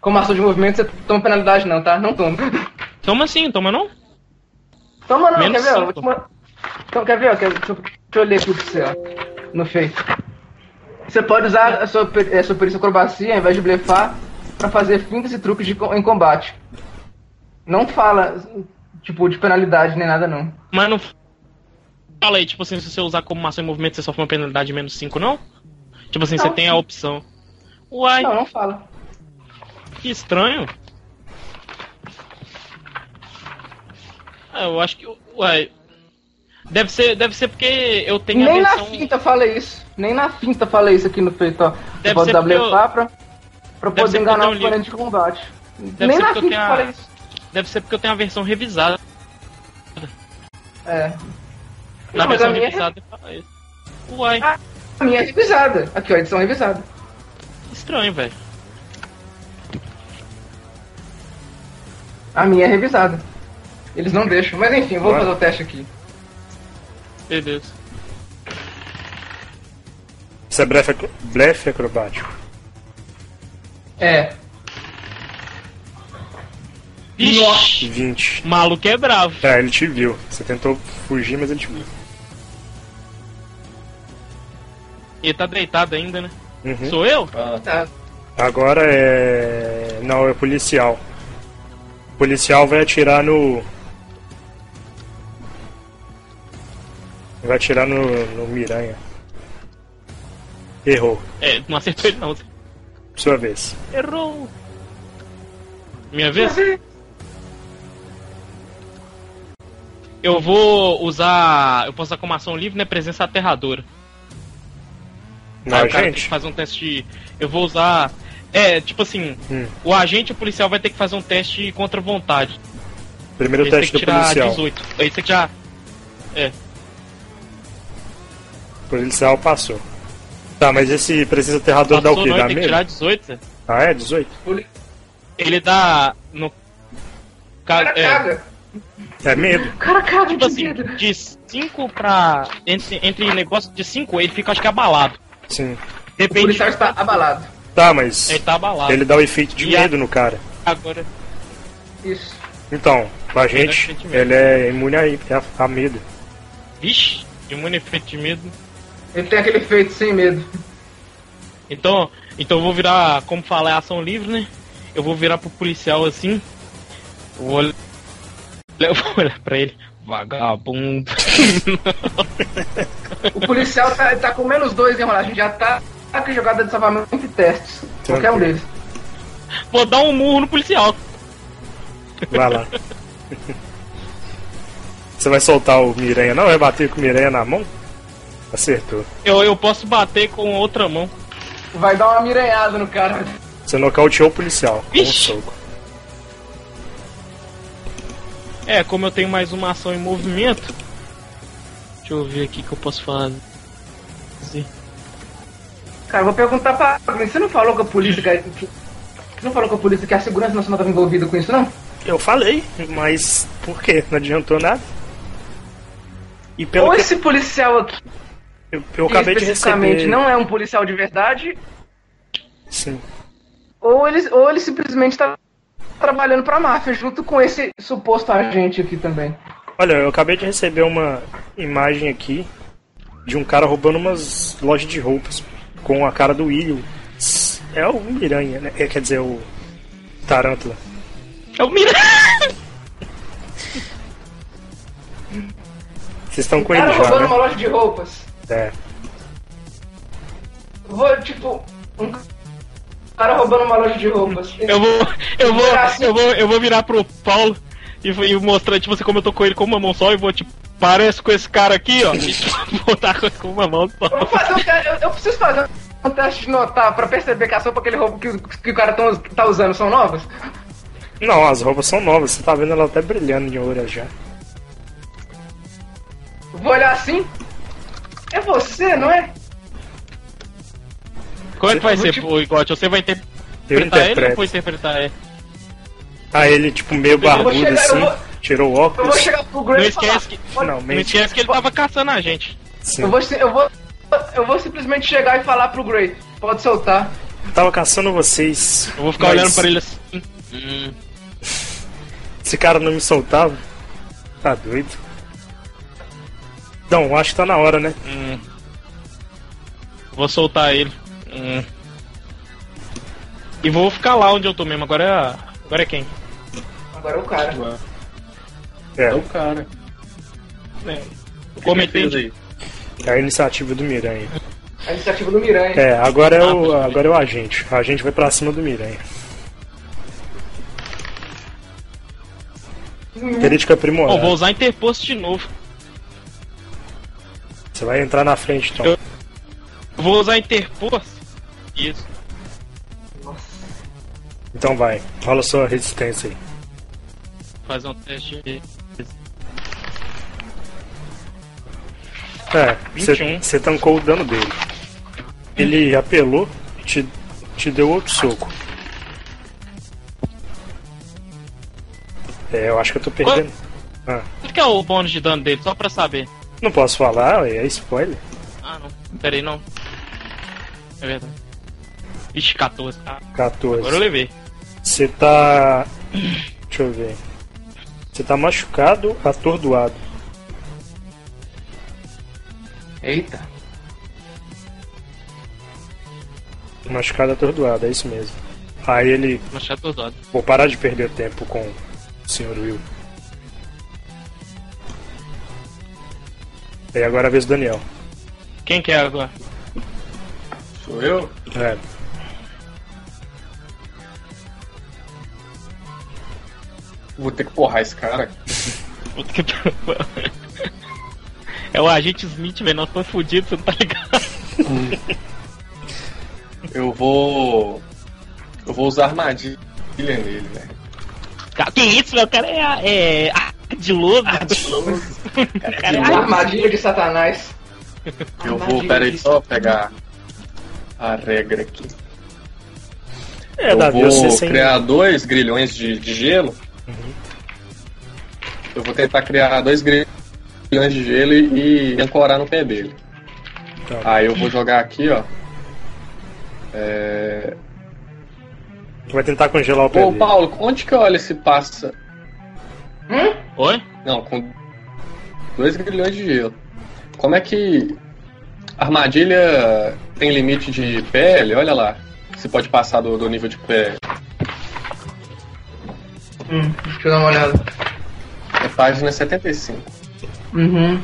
S3: como ação de movimento, você toma penalidade não, tá? Não toma.
S2: Toma sim, assim? toma não?
S3: Toma não,
S2: Menos
S3: quer ver? ó?
S2: cinco.
S3: Vou te ma- Então, quer ver? ó? Quer- Deixa eu deixa eu ler aqui pra você, ó. No feito. Você pode usar a sua, per- a sua perícia acrobacia, ao invés de blefar, pra fazer fintas e truques de co- em combate. Não fala, tipo, de penalidade nem nada, não.
S2: Mas não. Fala aí, tipo assim, se você usar como maçã em movimento, você sofre uma penalidade de menos 5, não? Tipo assim, você
S3: Não.
S2: tem a opção. Uai,
S3: Não, não fala.
S2: que estranho. Ah, eu acho que. Uai. Deve ser, deve ser porque eu tenho
S3: Nem
S2: a
S3: na
S2: versão.
S3: finta fala isso. Nem na finta fala isso aqui no feito, ó.
S2: Deve
S3: Você pode
S2: ser
S3: usar
S2: porque eu-
S3: blefar pra, pra
S2: ser porque
S3: poder
S2: eu
S3: enganar
S2: tenho
S3: o
S2: um livro.
S3: oponente de combate.
S2: Deve
S3: nem
S2: ser
S3: na
S2: porque eu
S3: finta
S2: tenho a-
S3: fala isso.
S2: Deve ser porque eu tenho a versão revisada.
S3: É.
S2: Na
S3: Não, mas
S2: versão
S3: a minha- é
S2: revisada fala isso. Uai,
S3: Ah. A minha é revisada. Aqui, ó, edição é revisada.
S2: estranho, velho.
S3: A minha é revisada. Eles não deixam, mas enfim, eu vou
S1: Bora.
S3: fazer o teste aqui.
S2: Meu Deus.
S1: Isso é blefe, acro- blefe acrobático.
S3: É.
S2: Ixi,
S1: 20.
S2: maluco é bravo.
S1: Tá, ele te viu. Você tentou fugir, mas ele te viu.
S2: Ele tá deitado ainda, né?
S1: Uhum.
S2: Sou eu?
S4: Ah,
S3: Tá.
S1: Agora é. Não, é policial. O policial vai atirar no. Vai atirar no, no Miranha. Errou.
S2: É, não acertou ele não.
S1: Sua vez.
S2: Errou. Minha vez? Eu vou usar. Eu posso usar como ação livre, né? Presença aterradora.
S1: Não,
S2: Aí o cara tem que
S1: gente.
S2: fazer um teste. de- Eu vou usar. É, tipo assim,
S1: Hum.
S2: o agente e o policial vai ter que fazer um teste contra a vontade.
S1: Primeiro
S2: Eles
S1: teste
S2: têm
S1: do
S2: que tirar
S1: policial.
S2: 18. Aí tem que tirar.
S1: O policial passou. Tá, mas esse precisa aterrador dá o
S2: Passou,
S1: quê?
S2: não, ele
S1: Dá
S2: tem que
S1: mesmo?
S2: tirar 18. Zé.
S1: Ah, é? 18?
S3: Poli-
S2: Ele dá. No.
S3: O
S2: Ca...
S3: cara
S2: É,
S3: caga.
S1: É medo.
S3: O cara caga
S2: tipo
S3: de
S2: assim,
S3: medo.
S2: de 5 pra. Entre, entre negócio de 5, ele fica, acho que, abalado.
S1: Sim.
S3: O
S2: Depende.
S3: policial está abalado.
S1: Tá, mas
S2: Ele tá abalado.
S1: ele dá o efeito de
S2: E a-
S1: medo no cara.
S2: Agora.
S3: Isso.
S1: Então, pra gente,
S2: efeito de medo.
S1: ele é imune a, a, a medo.
S2: Vixe, imune efeito de um medo.
S3: Ele tem aquele efeito sem medo.
S2: Então, então eu vou virar, como falar, é ação livre, né? Eu vou virar pro policial assim. Eu vou, olhar- eu vou olhar pra ele. Vagabundo.
S3: O policial tá, tá com menos dois em rolagem. Já tá tá com jogada de salvamento e testes. Qualquer um
S1: Tranquilo.
S3: deles.
S2: vou dar um murro no policial.
S1: Vai lá. Você vai soltar o Miranha, não? Vai bater com o Miranha na mão? Acertou.
S2: Eu, eu posso bater com outra mão.
S3: Vai dar uma miranhada no cara.
S1: Você nocauteou o policial com um
S2: Ixi.
S1: soco.
S2: É, como eu tenho mais uma ação em movimento. Deixa eu ver aqui que eu posso fazer.
S3: Cara, eu vou perguntar pra. Você não falou com a polícia que. Você não falou com a polícia que a segurança nacional estava envolvida com isso, não?
S1: Eu falei, mas por quê? Não adiantou nada? E pelo
S3: Ou
S1: que
S3: esse policial aqui
S1: eu, eu acabei de
S3: especificamente
S1: receber.
S3: não é um policial de verdade,
S1: Sim.
S3: ou ele, ou ele simplesmente tá trabalhando pra máfia, junto com esse suposto agente aqui também.
S1: Olha, eu acabei de receber uma imagem aqui de um cara roubando umas lojas de roupas com a cara do Will. É o Miranha, né? É, Quer dizer, o Tarântula.
S2: Eu mira.
S1: Vocês estão com ele
S3: Cara
S1: já,
S3: roubando uma
S1: né?
S3: loja de roupas.
S1: É.
S3: Vou, tipo, um cara roubando uma loja de roupas.
S2: Eu vou, eu vou,
S3: Virar assim.
S2: eu vou, eu vou virar pro Paulo e, vou- e mostrar, tipo, assim, como eu tô com ele com uma mão só e vou, tipo, parece com esse cara aqui, ó. E botar com- com uma mão só.
S3: Eu vou fazer um teste, eu, eu preciso fazer um teste de notar pra perceber que a sopa que ele roubo que, o- que o cara tão- tá usando são novas.
S1: Não, as roupas são novas, você tá vendo ela até brilhando de ouro já.
S3: Vou olhar assim. É você, não é?
S2: Como é que vai
S3: Eu vou
S2: ser,
S3: te-
S2: o Igote? Você vai
S3: Ah,
S1: Eu
S2: interpretar ele ou eu
S1: interpreto.
S2: vou interpretar ele?
S1: Aí ele, tipo, meio barbudo
S3: chegar, eu
S1: assim,
S3: vou-
S1: tirou o
S3: Eu vou
S1: óculos.
S3: chegar pro Grey
S2: Não
S3: e falar.
S2: esquece que-
S3: "Olha,
S1: Não,
S2: Não
S1: mente.
S2: esquece que é ele tava caçando a gente.
S1: Sim.
S3: Eu vou, se- eu vou. Eu vou simplesmente chegar e falar pro Grey. Pode soltar.
S1: Tava caçando vocês.
S2: Eu vou ficar
S1: mas
S2: olhando pra ele assim. Hum,
S1: Esse cara não me soltava. Tá doido. Então, acho que tá na hora, né?
S2: hum. Vou soltar ele. Hum. E vou ficar lá onde eu tô mesmo. Agora é. a- Agora é quem?
S3: Agora é o cara.
S4: É o
S1: É,
S4: cara.
S2: Eu
S4: O que que
S2: comentei.
S4: fez aí?
S1: é a iniciativa do Miranha.
S3: A iniciativa do Miranha.
S1: É, agora é o,
S3: Ah.
S1: agora é o agente. A gente vai pra cima do Miranha. Crítica
S2: Ó, vou
S1: aprimorada.
S2: usar interposto de novo.
S1: Você vai entrar na frente, então.
S2: Eu- Vou usar interposto. Isso.
S3: Nossa.
S1: Então vai. Rola sua resistência aí.
S2: Fazer um teste de.
S1: É,
S2: 21.
S1: você tancou o dano dele. Ele apelou, te, te deu outro soco. É, eu acho que eu tô perdendo. Ah,
S2: Quanto que é o bônus de dano dele? Só pra saber.
S1: não posso falar, é spoiler.
S2: Ah, não. Pera aí, não. É verdade. Ixi, 14. Ah, agora eu
S1: 14.
S2: levei.
S1: Você tá. Deixa eu ver. Você tá machucado, atordoado.
S3: Eita.
S1: Machucado, atordoado, é isso mesmo. Aí ele.
S2: Mas já tô zoado.
S1: Vou parar de perder tempo com o Sr. Will. E agora é a vez do Daniel.
S2: Quem que é agora?
S4: Sou eu?
S1: É.
S4: Vou ter que porrar esse cara.
S2: Puta que pariu. É o agente Smith, velho. Nós estamos fodidos, você não tá ligado?
S4: Eu vou. Eu vou usar armadilha nele, velho.
S2: Cara, Que isso, velho? O cara é. é ardiloso.
S4: E eu-
S3: é Armadilha de Satanás.
S4: Eu vou, peraí, só pegar a regra aqui.
S1: É,
S4: eu
S1: Davi,
S4: vou
S1: você sem. Uhum.
S4: criar dois grilhões de, de gelo. Eu vou tentar criar dois grilhões de gelo e, e ancorar no pé dele.
S1: Tá.
S4: Aí eu vou jogar aqui, ó. É...
S1: Vai tentar congelar o pé
S4: Ô,
S1: dele.
S4: Paulo, onde que olha esse passa?
S3: Hum?
S2: Oi?
S4: Não, com dois grilhões de gelo. Como é que armadilha tem limite de pele? Olha lá. Você pode passar do, do nível de pele.
S3: Hum. Deixa eu dar uma olhada.
S4: É página 75.
S3: Uhum.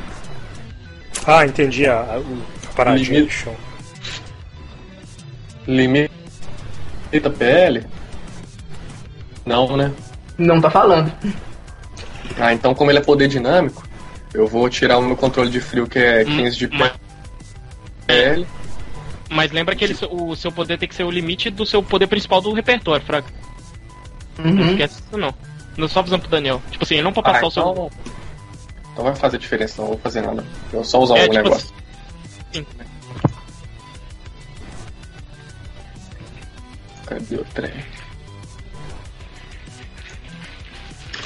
S1: Ah, entendi a, a, o- a paradinha
S4: Limite.
S1: do chão.
S4: Limita pele? Não, né?
S3: Não tá falando.
S4: Ah, então como ele é poder dinâmico, eu vou tirar o meu controle de frio que é 15 de
S2: Hum, mas-
S4: pele.
S2: Mas lembra que ele- o seu poder tem que ser o limite do seu poder principal do repertório, Fraga. Não
S3: Uhum.
S2: esquece isso, não. Não só avisando pro Daniel. Tipo assim, ele não pode
S4: Ah,
S2: passar
S4: então...
S2: o seu.
S4: então vai fazer diferença, não vou fazer nada. Eu só
S2: É,
S4: usar o
S2: tipo
S4: um negócio.
S2: assim.
S4: Cadê o trem?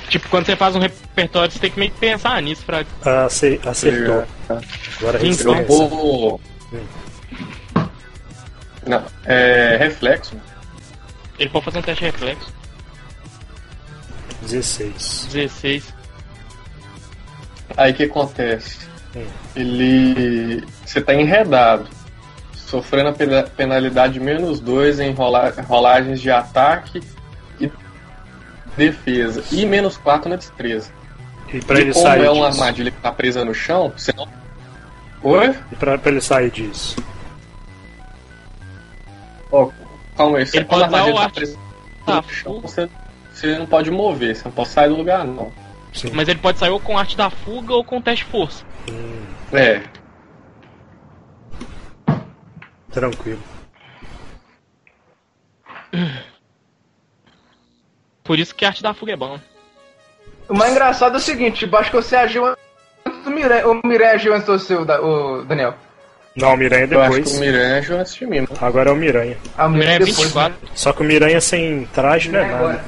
S2: Tipo, quando você faz um repertório, você tem que meio que pensar nisso, Fraga.
S1: Ah, ace- acertou.
S4: Tá.
S1: Agora a
S2: Sim,
S1: resistência.
S4: Eu vou.
S1: Hum.
S4: Não, é reflexo.
S2: Ele pode fazer um teste de reflexo.
S1: 16.
S2: 16.
S4: Aí o que acontece?
S1: Hum.
S4: Ele. Você tá enredado, sofrendo a pena- penalidade de menos 2 em rola- rolagens de ataque e defesa. E menos 4 na destreza.
S1: E pra
S4: e
S1: ele
S4: como
S1: sair
S4: é uma
S1: disso.
S4: armadilha que tá presa no chão, você não. Oi?
S1: E pra, pra ele sair disso.
S4: Ó, Calma aí, você
S2: Ele
S4: quando a
S2: pode dar o
S4: armadilha tá
S2: arte-
S4: presa
S2: Ah,
S4: no chão, você, você não pode mover, você não pode sair do lugar, não.
S1: Sim.
S2: Mas ele pode sair ou com arte da fuga ou com teste de força.
S4: É.
S1: Tranquilo.
S2: Por isso que a arte da fuga é bom.
S3: O mais engraçado é o seguinte, tipo, acho que você agiu antes do Miranha. O Miranha agiu antes do seu, da- o Daniel.
S1: Não, o Miranha é
S4: Eu acho que
S1: depois.
S4: o Miranha agiu antes de mim. mano.
S1: Agora é o Miranha.
S3: A
S2: O Miranha é
S3: depois,
S2: 24.
S1: Só que o Miranha sem traje não
S3: né?
S1: é
S3: Agora.
S1: nada.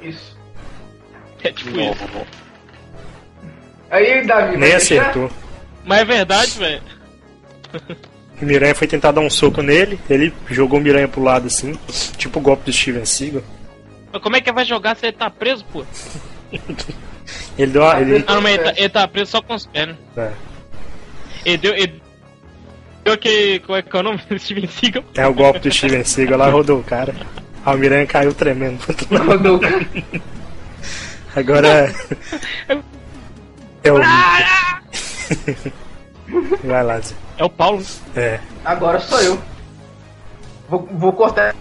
S3: Isso.
S2: É tipo isso.
S3: Aí, Davi, vai
S1: Nem
S3: deixar?
S1: acertou.
S2: Mas é verdade, velho.
S1: O Miranha foi tentar dar um soco nele, ele jogou o Miranha pro lado assim, tipo o golpe do Steven Seagal.
S2: Mas como é que vai jogar se ele tá preso, pô?
S1: Ele deu a. Ele,
S2: Ah, não, mas ele tá, ele tá preso só com os pés, né?
S1: é,
S2: Ele deu. Ele deu aquele. Como é que é o nome? Steven Seagal.
S1: é o golpe do Steven Seagal lá, rodou o cara. Ah, o Miranha caiu tremendo pro outro lado.
S3: Rodou o cara.
S1: Agora. É o. Vai lá, Zé.
S2: É o Paulo.
S1: É.
S3: Agora sou eu. Vou, vou cortar esse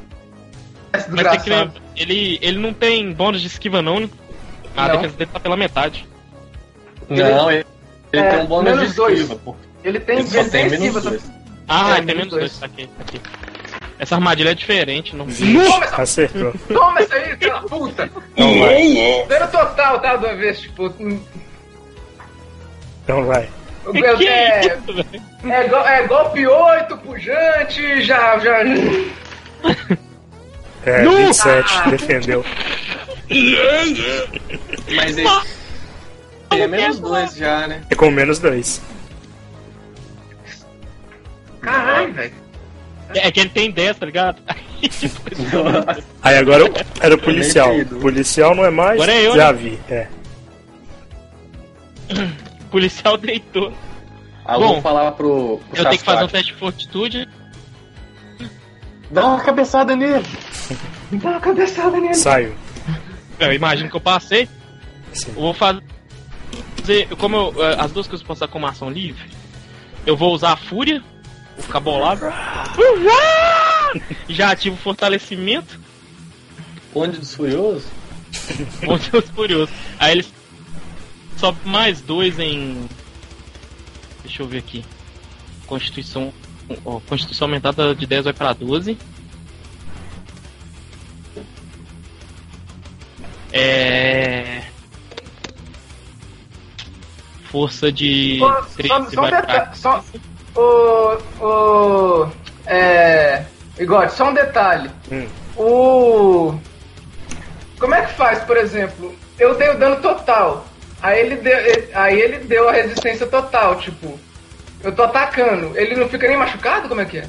S2: Mas tem que
S3: desgraçado.
S2: lembrar, ele, ele não tem bônus de esquiva, não, né? A
S3: Não.
S2: defesa dele tá pela metade.
S4: Não, ele, ele
S3: É,
S4: tem um bônus de
S3: menos dois.
S4: esquiva, pô.
S3: Ele tem
S4: Ele só
S3: ele
S4: tem
S3: tem
S4: menos
S3: esquiva. só-
S4: dois.
S2: Ah,
S3: É,
S2: ele tem menos
S3: menos
S2: dois.
S3: dois.
S2: Tá aqui, tá aqui. Essa armadilha é diferente, não.
S3: Toma essa-
S1: Acertou.
S3: Toma isso aí, filha da puta!
S1: Então vai.
S3: Dano total, tá? Do avesso, tipo. hum,
S1: Então vai.
S3: eu-
S2: Que
S3: eu-
S2: que é
S3: é,
S2: isso, velho?
S3: é, go- é golpe 8, pujante, já. já...
S1: É,
S2: Não!
S1: 27, defendeu.
S4: Mas ele, ele é menos dois já, né?
S1: E É com menos dois.
S3: Caralho, velho.
S2: É que ele tem 10, tá ligado?
S1: Aí agora eu- era o policial. Policial não é mais.
S2: Agora é eu,
S1: Já vi. É.
S2: o policial deitou.
S4: Aí eu
S2: Bom,
S4: vou falar pro, pro
S2: Eu tenho que fazer um
S4: Sasquatch,
S2: teste de fortitude.
S4: Dá uma cabeçada nele.
S3: Dá uma cabeçada nele.
S1: Saiu.
S2: Eu imagino que eu passei.
S1: Sim.
S2: Eu vou fazer. Como eu, eh, as duas coisas posso usar como ação livre, eu vou usar a fúria, vou ficar bolado. Já ativo o fortalecimento.
S4: Onde dos Furiosos?
S2: Bom Deus curioso. Aí ele sobe mais dois em. Deixa eu ver aqui. Constituição. ó, Constituição aumentada de 10 vai pra 12. É. Força de.
S3: Só, só,
S2: 13
S3: só um
S2: vai pra.
S3: detalhe. Só. Ô. Ô. É. Igor, só um detalhe.
S1: Hum.
S3: O. Como é que faz, por exemplo? Eu dei o dano total. Aí ele deu, ele- aí ele deu a resistência total, tipo. Eu tô atacando. Ele não fica nem machucado? Como é que é?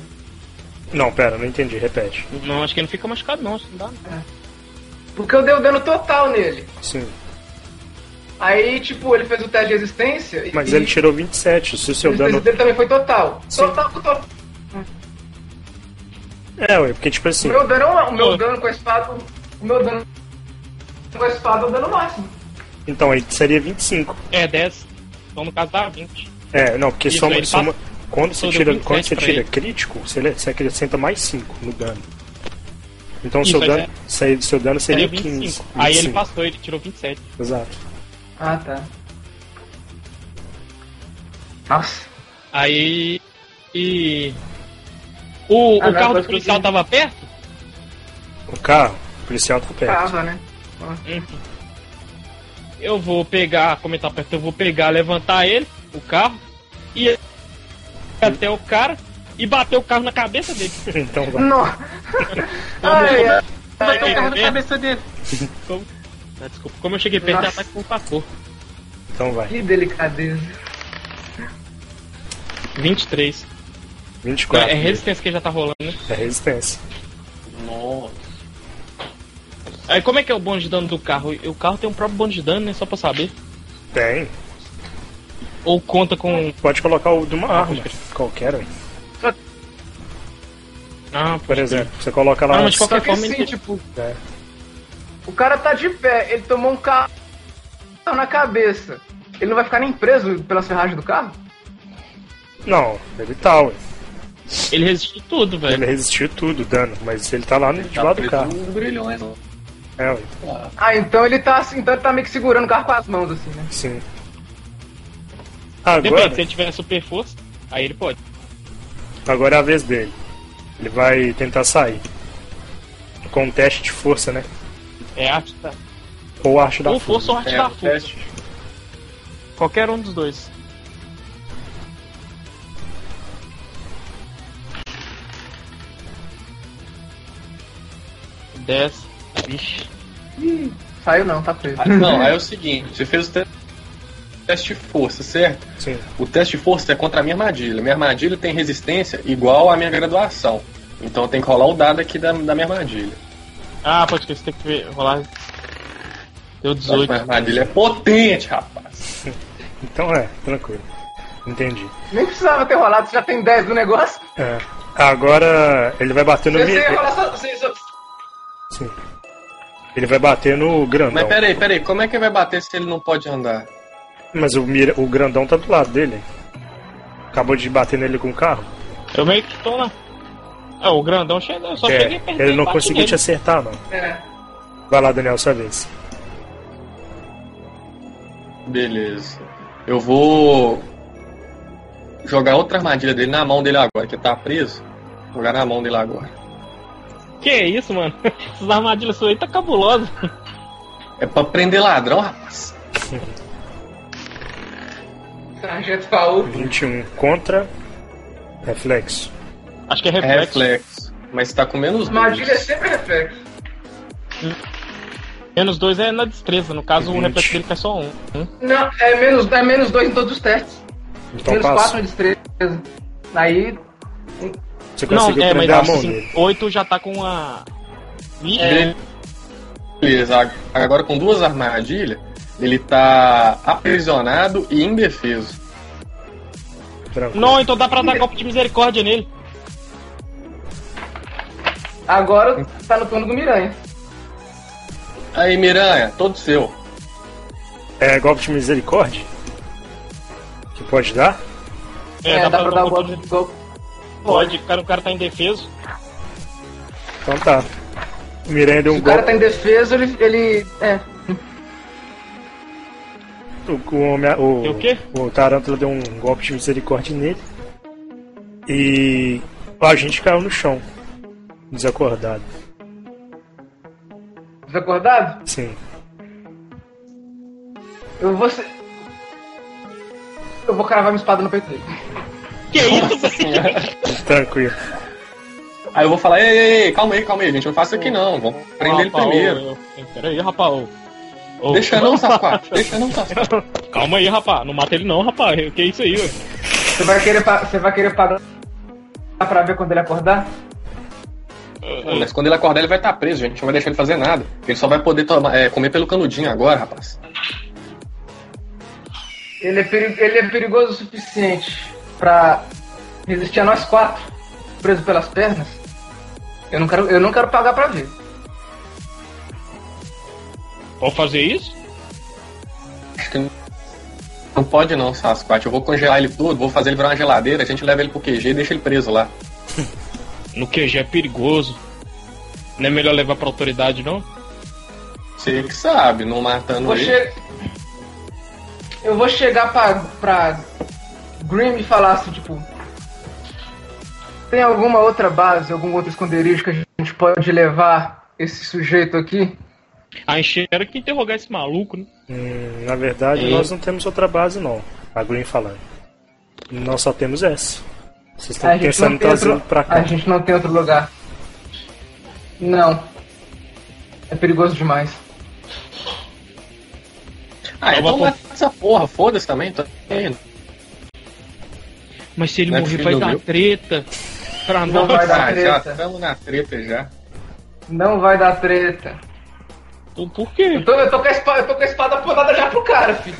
S1: Não, pera, não entendi. Repete.
S2: Não, acho que ele não fica machucado, não. Acho que não dá. não.
S3: Porque eu dei o dano total nele.
S1: Sim.
S3: Aí, tipo, ele fez o teste de resistência. e-
S1: Mas ele
S3: e
S1: tirou 27. Se o
S3: a
S1: seu
S3: resistência
S1: dano.
S3: dele também foi total.
S1: Sim.
S3: Total, total.
S1: É, ué, porque tipo
S3: O
S1: assim.
S3: meu dano, é o- o
S2: Pô.
S3: meu dano com a espada. O meu dano com a espada é o dano máximo.
S1: Então aí seria 25.
S2: É 10. Então no caso dá 20.
S1: É, não, porque
S2: Isso,
S1: soma,
S2: ele
S1: soma. Quando você
S2: Todo
S1: tira,
S2: 27
S1: quando você
S2: pra
S1: tira
S2: ele.
S1: crítico, você, le- você acrescenta mais 5 no dano. Então
S2: Isso,
S1: seu
S2: aí é-
S1: dano, sai- seu dano
S2: Seria
S1: seria
S2: 25.
S1: 15.
S2: Aí ele
S1: 25,
S2: passou, ele tirou 27.
S1: Exato.
S3: Ah, tá. Nossa.
S2: Aí. E. O,
S3: Agora
S2: o carro
S3: pode
S2: do policial
S3: prosseguir.
S2: tava perto?
S1: O carro, o policial tá perto.
S3: Tava, né?
S2: Eu vou pegar, como ele tá perto, eu vou pegar, levantar ele, o carro, e ir até o cara e bater o carro na cabeça dele.
S1: Então vai.
S3: Não. Ai, ai.
S2: Vai ter um carro na
S4: cabeça dele.
S2: Como- Ah, Desculpa, como eu cheguei perto, já
S3: Nossa.
S2: tá com um facor.
S1: Então vai.
S3: Que delicadeza.
S2: 23.
S1: 24.
S2: É resistência que já tá rolando, né?
S1: É resistência.
S4: Nossa.
S2: Aí como é que é o bônus de dano do carro? O carro tem um próprio bônus de dano, né? Só pra saber.
S1: Tem.
S2: Ou conta com. um-
S1: Pode colocar o de uma arma. Qualquer, ué.
S2: Ah,
S1: Por exemplo, você coloca lá.
S2: Ah, mas qual-
S3: Só que
S2: forma,
S3: assim,
S2: ele-
S3: tipo,
S1: É.
S3: o cara tá de pé, ele tomou um carro na cabeça. Ele não vai ficar nem preso pelas ferragens do carro?
S1: Não, ele tá, ué.
S2: Ele resistiu tudo, velho.
S1: Ele resistiu tudo, dano, mas ele tá lá no de
S4: Tá
S1: lá do
S4: preso
S1: carro.
S4: nos Grilhões. ó.
S1: É, ué,
S3: Ah, então ele tá assim, então ele tá meio que segurando o carro com as mãos, assim, né?
S1: sim.
S2: Depende,
S1: é Agora,
S2: se ele tiver super força, aí ele pode.
S1: agora é a vez dele. Ele vai tentar sair. Com um teste de força, né?
S2: É arte da...
S1: Ou arte da
S2: Ou força ou arte
S4: É,
S2: da
S4: o
S2: força.
S4: teste.
S2: Qualquer um dos dois. Dez. Vixe.
S3: Saiu não, tá preso.
S4: Não, aí é o seguinte, você fez o te- teste de força, certo?
S1: Sim.
S4: O teste de força é contra a minha armadilha. Minha armadilha tem resistência igual à minha graduação. Então tem que rolar o dado aqui da, da minha armadilha.
S2: Ah, pode que você tem que ver, rolar. Deu
S4: Só que
S2: 18.
S4: Minha armadilha é potente, rapaz.
S1: Então é, tranquilo. Entendi.
S3: Nem precisava ter rolado, você já tem 10 do negócio.
S1: É. Agora ele vai bater no.
S3: Você ia
S1: Mi...
S3: rolar só. Você, só...
S1: Sim. Ele vai bater no grandão.
S4: Mas
S1: Mas,
S4: peraí, peraí, como é que vai bater se ele não pode andar?
S1: o, mira- o grandão tá do lado dele. Acabou de bater nele com o carro.
S2: Eu meio que tô na. Ah, o grandão chegou, eu só
S1: É,
S2: cheguei perto.
S1: ele não conseguiu te acertar, não.
S3: É.
S1: Vai lá, Daniel, sua vez.
S4: Beleza. Eu vou jogar outra armadilha dele na mão dele agora, que ele tá preso. Vou Jogar na mão dele agora.
S2: Que isso, mano? Essas armadilhas suas aí tá cabulosa.
S4: É pra prender ladrão, rapaz.
S3: Sargento Paul.
S1: 21 contra. Reflexo.
S2: Acho que é
S4: É
S2: reflexo.
S4: reflexo. Mas tá com menos
S3: Armadilha é
S4: dois.
S3: sempre reflexo.
S2: Menos dois é na destreza, no caso o
S1: Vinte.
S2: reflexo dele cai só um. Hum?
S3: Não, é menos, é menos 2 em todos os testes.
S1: Então
S3: menos
S1: passa.
S3: 4 na destreza. Aí.
S1: Você
S2: Não,
S1: conseguiu
S2: é, mas
S1: prender a mão
S2: assim,
S1: dele.
S2: oito já tá com a. Ih,
S4: Beleza. Agora com duas armadilhas, ele tá aprisionado e indefeso.
S1: Tranquilo.
S2: Não, então dá pra dar golpe de misericórdia nele.
S3: Agora tá no turno do Miranha.
S4: Aí, Miranha, todo seu.
S1: É golpe de misericórdia? Que pode dar?
S2: É, dá, pra, dar
S3: o
S2: um golpe
S3: golpe.
S2: de
S3: golpe.
S2: misericórdia. Cara, o cara tá indefeso.
S1: Então tá. O Miranha deu
S3: Se
S1: um
S3: o cara tá
S1: golpe.
S3: indefeso, ele. ele é.
S1: O, o, homem-
S2: E
S1: o,
S2: o quê?
S1: o Tarântula deu um golpe de misericórdia nele. E a gente caiu no chão. Desacordado.
S3: Desacordado?
S1: Sim.
S3: Eu vou ser. Eu vou cravar minha espada no peito dele.
S2: Que isso, velho?
S1: Tranquilo.
S4: Aí eu vou falar, ei, ei, ei, calma aí, calma aí, gente. Não faça isso aqui não. Vamos prender ele
S2: Rapaô,
S4: primeiro.
S2: eu- Peraí, rapaz. ô. Ô,
S4: Deixa não, safado. Deixa não, safado.
S2: Calma aí, rapaz. Não mata ele não, rapaz. Que isso aí, ué?
S3: Você vai querer, pa- você vai querer pagar pra ver quando ele acordar?
S4: Não, Mas quando ele acordar, ele vai estar preso, gente. A gente não vai deixar ele fazer nada. Ele só vai poder tomar, é, comer pelo canudinho agora, rapaz.
S3: Ele é, peri- ele é perigoso o suficiente pra resistir a nós quatro, preso pelas pernas. Eu não quero, eu não quero pagar pra ver.
S2: Vamos fazer isso?
S4: Acho que Não pode não, Sasquatch. Eu vou congelar ele todo, vou fazer ele virar uma geladeira, a gente leva ele pro QG e deixa ele preso lá.
S2: No QG é perigoso. Não é melhor levar pra autoridade, não?
S4: Você que sabe, não matando
S3: Vou
S4: ele.
S3: che- Eu vou chegar pra, pra Grim e falar assim, tipo. Tem alguma outra base, algum outro esconderijo que a gente pode levar esse sujeito aqui?
S2: A encher era Ah, que interrogar esse maluco, né?
S1: Hum, na verdade,
S4: E-
S1: nós não temos outra base, não. A Green falando. Nós só temos essa. Vocês estão
S3: A gente, não
S1: pensando em
S3: tem
S1: trazer ele
S3: outro,
S1: tá pra
S3: a
S1: cá.
S3: gente não tem outro lugar. Não. É perigoso demais.
S4: Ah,
S2: Eu
S4: então
S2: vou-
S4: mata essa porra, foda-se também. Tá... vendo?
S2: Mas se ele
S4: Não é
S2: morrer,
S4: filho
S2: vai
S4: do
S2: dar
S4: meu.
S2: treta. Pra
S3: Não
S2: nós.
S3: vai dar
S4: Ah, já
S3: treta.
S4: estamos na treta já.
S3: Não vai dar treta.
S2: Então, Por quê?
S3: Eu tô, eu tô com a espada, eu tô com a espada apontada já pro cara, filho.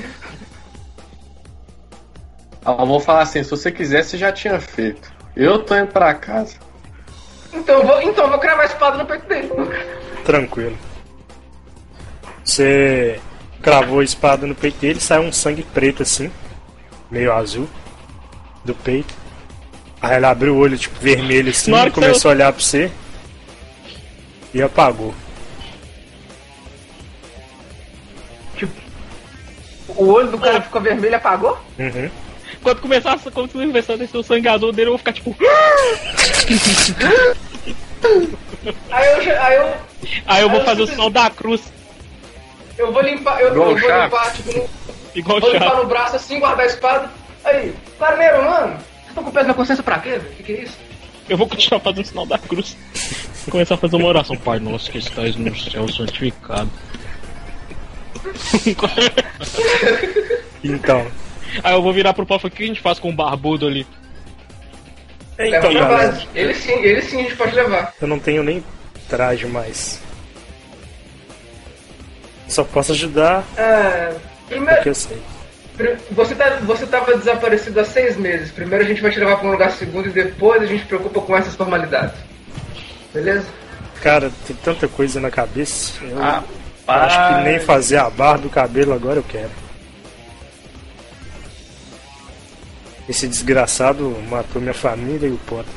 S4: Ah, eu vou falar assim, se você quisesse, já tinha feito. Eu tô indo pra casa.
S3: Então eu vou, então eu vou cravar a espada no peito dele.
S1: Tranquilo. Você cravou a espada no peito dele, saiu um sangue preto assim, meio azul, do peito. Aí ela abriu o olho, tipo, vermelho assim,
S2: Na hora
S1: e
S2: que
S1: começou a olhar pra você. E apagou.
S3: O olho do cara ficou vermelho e apagou?
S1: Uhum.
S2: Quando começar, a- quando começar a descer o sangador dele, eu vou ficar tipo.
S3: Aí eu, já- aí eu,
S2: Aí
S4: Ah,
S2: eu vou fazer o sinal da cruz,
S3: eu vou limpar, eu, eu
S4: Igual
S3: vou
S4: o Chaves.
S3: limpar, tipo, no,
S2: igual
S3: vou
S2: o
S3: limpar
S2: Chaves.
S3: no braço assim, guardar a espada. Aí, carneiro, mano, vocês estão com o peso na consciência pra quê, velho? Que que é isso?
S2: Eu vou continuar fazendo o sinal da cruz. Começar a fazer uma oração. Pai nosso que estás no céu, santificado.
S1: Então.
S2: Aí eu vou virar pro Paulo e falar, o que a gente faz com o barbudo ali?
S1: Então,
S3: Leva pra
S1: galera,
S3: base. Ele sim, ele sim a gente pode levar.
S1: eu não tenho nem traje mais. Só posso ajudar
S3: Ah, primeiro,
S1: porque eu sei.
S3: pri- você, tá, você tava desaparecido há seis meses. Primeiro a gente vai te levar pra um lugar seguro e depois a gente preocupa com essas formalidades. Beleza?
S1: Cara, tem tanta coisa na cabeça. Eu
S4: Ah,
S1: acho que nem fazer a barra do cabelo agora eu quero. Esse desgraçado matou minha família e o Potter.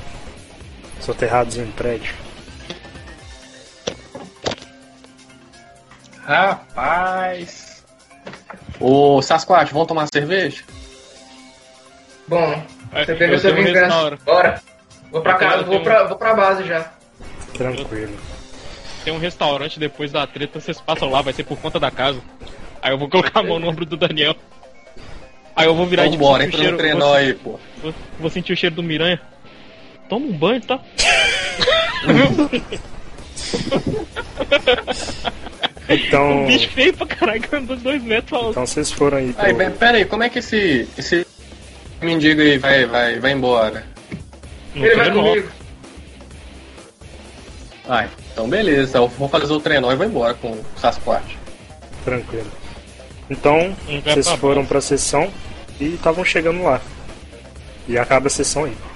S1: Soterrados em um prédio.
S4: Rapaz. Ô, Sasquatch, vamos tomar cerveja?
S3: Bom,
S2: É,
S3: você perdeu
S2: eu
S3: sua
S2: tenho medo na
S3: vingança.
S2: hora.
S3: Bora. Vou pra casa,
S2: Eu
S3: vou
S2: tenho- um-
S3: pra, vou pra base já.
S1: Tranquilo.
S2: Tem um restaurante depois da treta, vocês passam lá, vai ser por conta da casa. Aí eu vou colocar a mão no ombro do Daniel. Aí eu vou virar
S4: Vamos embora,
S2: tipo,
S4: entra
S2: sentir
S4: no
S2: o cheiro-
S4: trenó aí, pô.
S2: Vou, vou sentir o cheiro do Miranha. Toma um banho, tá?
S1: Então,
S2: Um bicho feio pra caralho, que andou dois metros alto.
S1: então vocês foram aí pro...
S4: Aí, bem, pera aí, como é que esse, esse mendigo aí vai, vai, vai embora?
S2: No
S3: Ele vai
S2: trenó.
S3: comigo.
S4: Ai, então beleza, eu vou fazer o trenó e vou embora com o Sasquatch.
S1: Tranquilo. Então,
S2: Não vai
S1: vocês
S2: pra
S1: foram pra sessão e estavam chegando lá. E acaba a sessão aí.